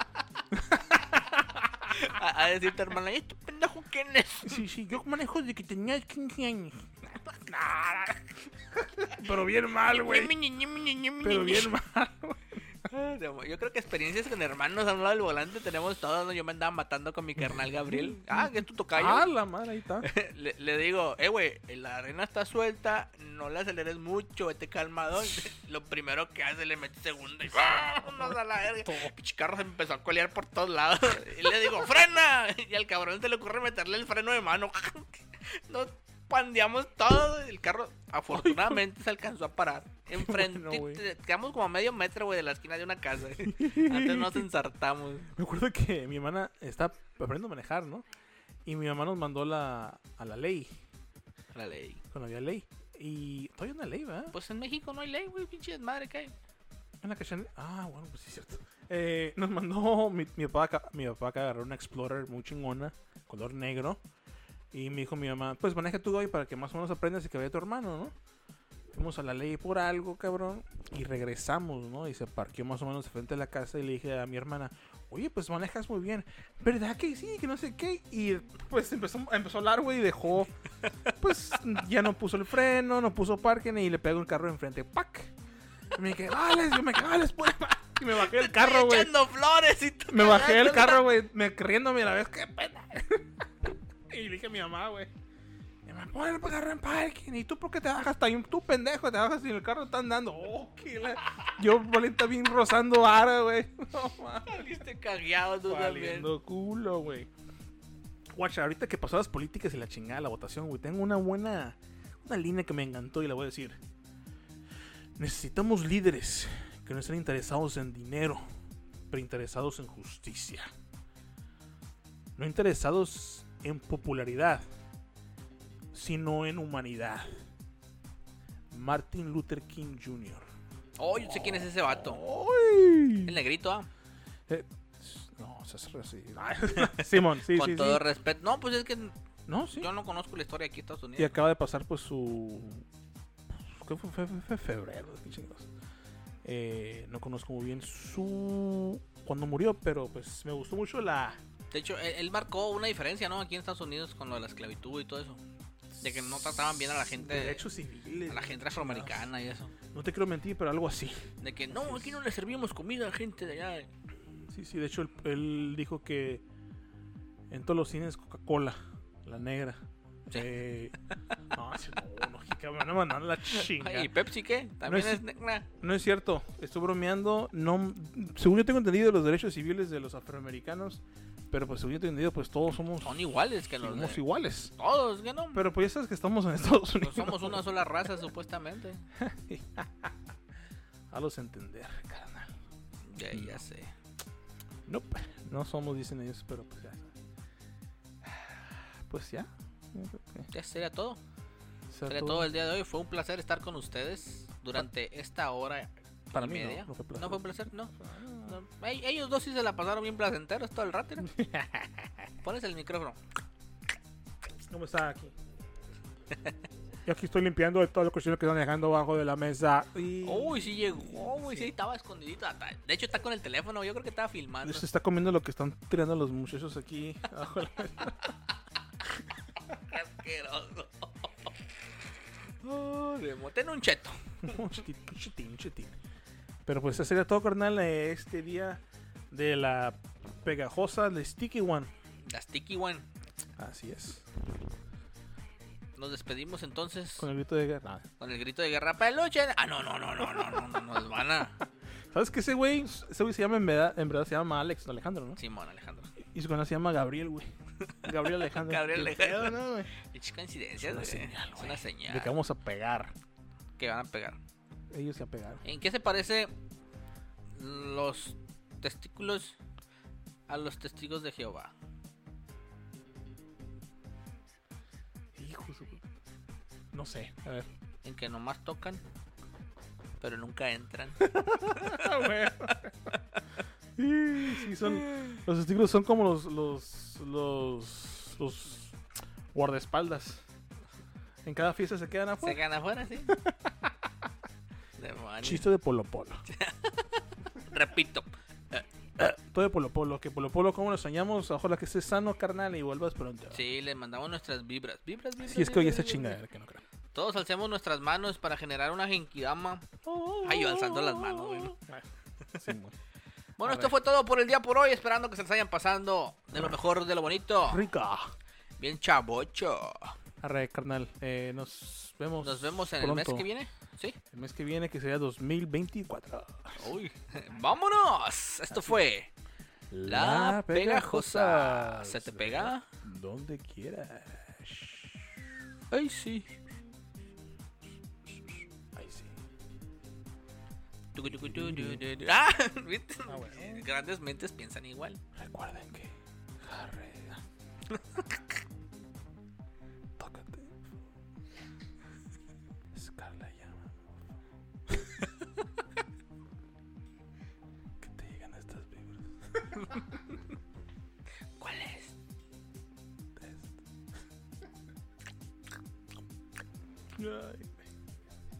A, a decirte, hermana, ¿y este pendejo quién es? Sí, sí, yo manejo desde que tenía 15 años. Pero bien mal, güey. Ñimi, ñimi, ñimi, ñimi, Pero ñimi. bien mal. Ah, demo- Yo creo que experiencias con hermanos a un lado del volante tenemos todos. ¿no? Yo me andaba matando con mi carnal Gabriel. Ah, que es tu tocayo. Ah, la madre, ahí está. Le, le digo, eh, güey, la arena está suelta, no la aceleres mucho, vete calmadón. Lo primero que hace, le mete segunda y ¡vámonos a la verga! Pinche carro se empezó a colear por todos lados. Y le digo, ¡frena! Y al cabrón se le ocurre meterle el freno de mano. Nos pandeamos todo. El carro afortunadamente se alcanzó a parar. Enfrente, bueno, güey. te- quedamos como a medio metro, güey, de la esquina de una casa. Antes nos ensartamos. Me acuerdo que mi hermana está aprendiendo a manejar, ¿no? Y mi mamá nos mandó la, a la ley, La ley. cuando había ley. Y todavía hay una ley, ¿verdad? Pues en México no hay ley, güey, pinche desmadre que hay. Una cachan- Ah, bueno, pues sí es cierto. Eh, nos mandó mi, mi papá, acá- mi papá acá agarró una Explorer muy chingona, color negro. Y me dijo mi mamá, pues maneja tú hoy para que más o menos aprendas y que vea tu hermano, ¿no? Fuimos a la ley por algo, cabrón. Y regresamos, ¿no? Y se parqueó más o menos frente a la casa y le dije a mi hermana, oye, pues manejas muy bien. ¿Verdad que sí? Que no sé qué. Y pues empezó, empezó a hablar, güey, y dejó. Pues ya no puso el freno, no puso parking y le pegó un carro enfrente. ¡Pac! Y me quedé, ¡vales! Yo me quedé, "Vales, pues! va". Y me bajé del carro, güey. Echando flores y todo. Me bajé del carro, güey, me riéndome a la vez, qué pena. y le dije a mi mamá, güey. Mi mamá, ponle para agarrar en parking. ¿Y tú por qué te bajas? Ahí? Tú, pendejo, te bajas y el carro está andando. Oh, qué la... Yo, boleta, bien rozando ara, güey. No mames. Saliste cagueado tú también. Valiendo culo, güey. Guacha, ahorita que pasó las políticas y la chingada, la votación, güey, tengo una buena. Una línea que me encantó y la voy a decir. Necesitamos líderes que no estén interesados en dinero, pero interesados en justicia. No interesados en popularidad, sino en humanidad. Martin Luther King Jr. Oh, yo sé quién es ese vato. ¡Ay! El negrito, ah. Eh, no, se hace así. Simón, sí, Con sí, sí. todo respeto. No, pues es que No, sí. yo no conozco la historia aquí en Estados Y Unidos. acaba de pasar, pues, su. ¿Qué fue? Fue, fue- fue febrero, qué chingados. Eh, no conozco muy bien su. Cuando murió, pero pues me gustó mucho la. De hecho, él, él marcó una diferencia, ¿no? Aquí en Estados Unidos con lo de la esclavitud y todo eso. De que no trataban bien a la gente. Derechos civiles. Ah, a la gente afroamericana y eso. No te quiero mentir, pero algo así. De que no, aquí no le servíamos comida a gente de allá. Sí, sí, de hecho, él, él dijo que. En todos los cines, Coca-Cola, la negra. Sí. Eh, no, sí, no, no, que me van a mandar la chinga. Ay, ¿Y Pepsi qué? No También es- es negra. No es cierto, estoy bromeando. No, según yo tengo entendido, los derechos civiles de los afroamericanos, pero pues según yo tengo entendido, pues todos somos, Son iguales que los somos de... iguales. Todos, ¿qué no? Pero pues ya sabes que estamos en Estados Pues Unidos. somos una sola raza, supuestamente. A los entender, carnal. Ya, ya sé. Nope, no somos, dicen ellos, pero pues ya. sabes. Pues ya. yo creo que Ya sería todo. será Sería todo el día de hoy. Fue un placer estar con ustedes durante esta hora Para y mí no, media. no fue placer. No fue un placer, no. No. Ey, Ellos dos sí se la pasaron bien placenteros todo el rato. ¿no? Pones el micrófono. ¿Cómo está aquí? Yo aquí estoy limpiando de todas las cuestiones que están dejando abajo de la mesa. Y... Uy, sí llegó, güey. Sí, estaba escondidito. Hasta- De hecho, está con el teléfono. Yo creo que estaba filmando. Se está comiendo lo que están tirando los muchachos aquí. Ah, abajo de la mesa. Qué asqueroso. Oh, le moten un cheto. Un chitín, un chitín, un chitín. Pero pues eso sería todo, carnal, eh, este día de la pegajosa de Sticky One. La Sticky One. Así es. Nos despedimos entonces Con el grito de guerra. con el grito de guerra peluche. Ah, no, no, no, no, no, no, no, nos van a. ¿Sabes que ese güey? Ese güey se llama en verdad, en verdad se llama Alex Alejandro, ¿no? Simón, Alejandro. Y su canal se llama Gabriel, güey. Gabriel Alejandro. Gabriel Qué Alejandro. pedo, ¿no, güey? Pinches coincidencias, Es una güey. señal, Es güey. una señal. De que vamos a pegar. que van a pegar. Ellos se pegaron. ¿En qué se parece los testículos a los testigos de Jehová? Hijo de su- No sé. A ver. En que nomás tocan, pero nunca entran. Ah, güey. Sí, sí, son. Los testículos son como los. Los. Los. los guardaespaldas. En cada fiesta se quedan ¿Se afuera. gana afuera, sí? Demonios. Chiste de Polo Polo. Repito. Todo de Polo Polo. Que Polo Polo, como lo soñamos, ojalá que estés sano, carnal, y vuelvas pronto. Sí, le mandamos nuestras vibras. Vibras, vibras. Si es que hoy eh. vibras, esa vibras. chingadera, que no creo. Todos alcemos nuestras manos para generar una genkidama. Oh. Ay, yo alzando las manos, güey. Ah, Sí, güey. Bueno, A esto ver. fue todo por el día por hoy. Esperando que se les hayan pasando de lo mejor, de lo bonito. Rica. Bien chavocho. Arre, carnal. eh, nos vemos. Nos vemos en el mes pronto. que viene. ¿Sí? El mes que viene, que sería 2024. Uy. ¡Vámonos! Esto fue La Pegajosa. ¿Se te pega? Donde quieras. Ay, sí. Ay, sí. Tucu, tucu, tu, tu, tu, tu. Ah, ¿viste? Ah, bueno. Grandes mentes piensan igual. Recuerden que. Jarrea. Tócate. Scarla llama. por favor. que te llegan estas vibras.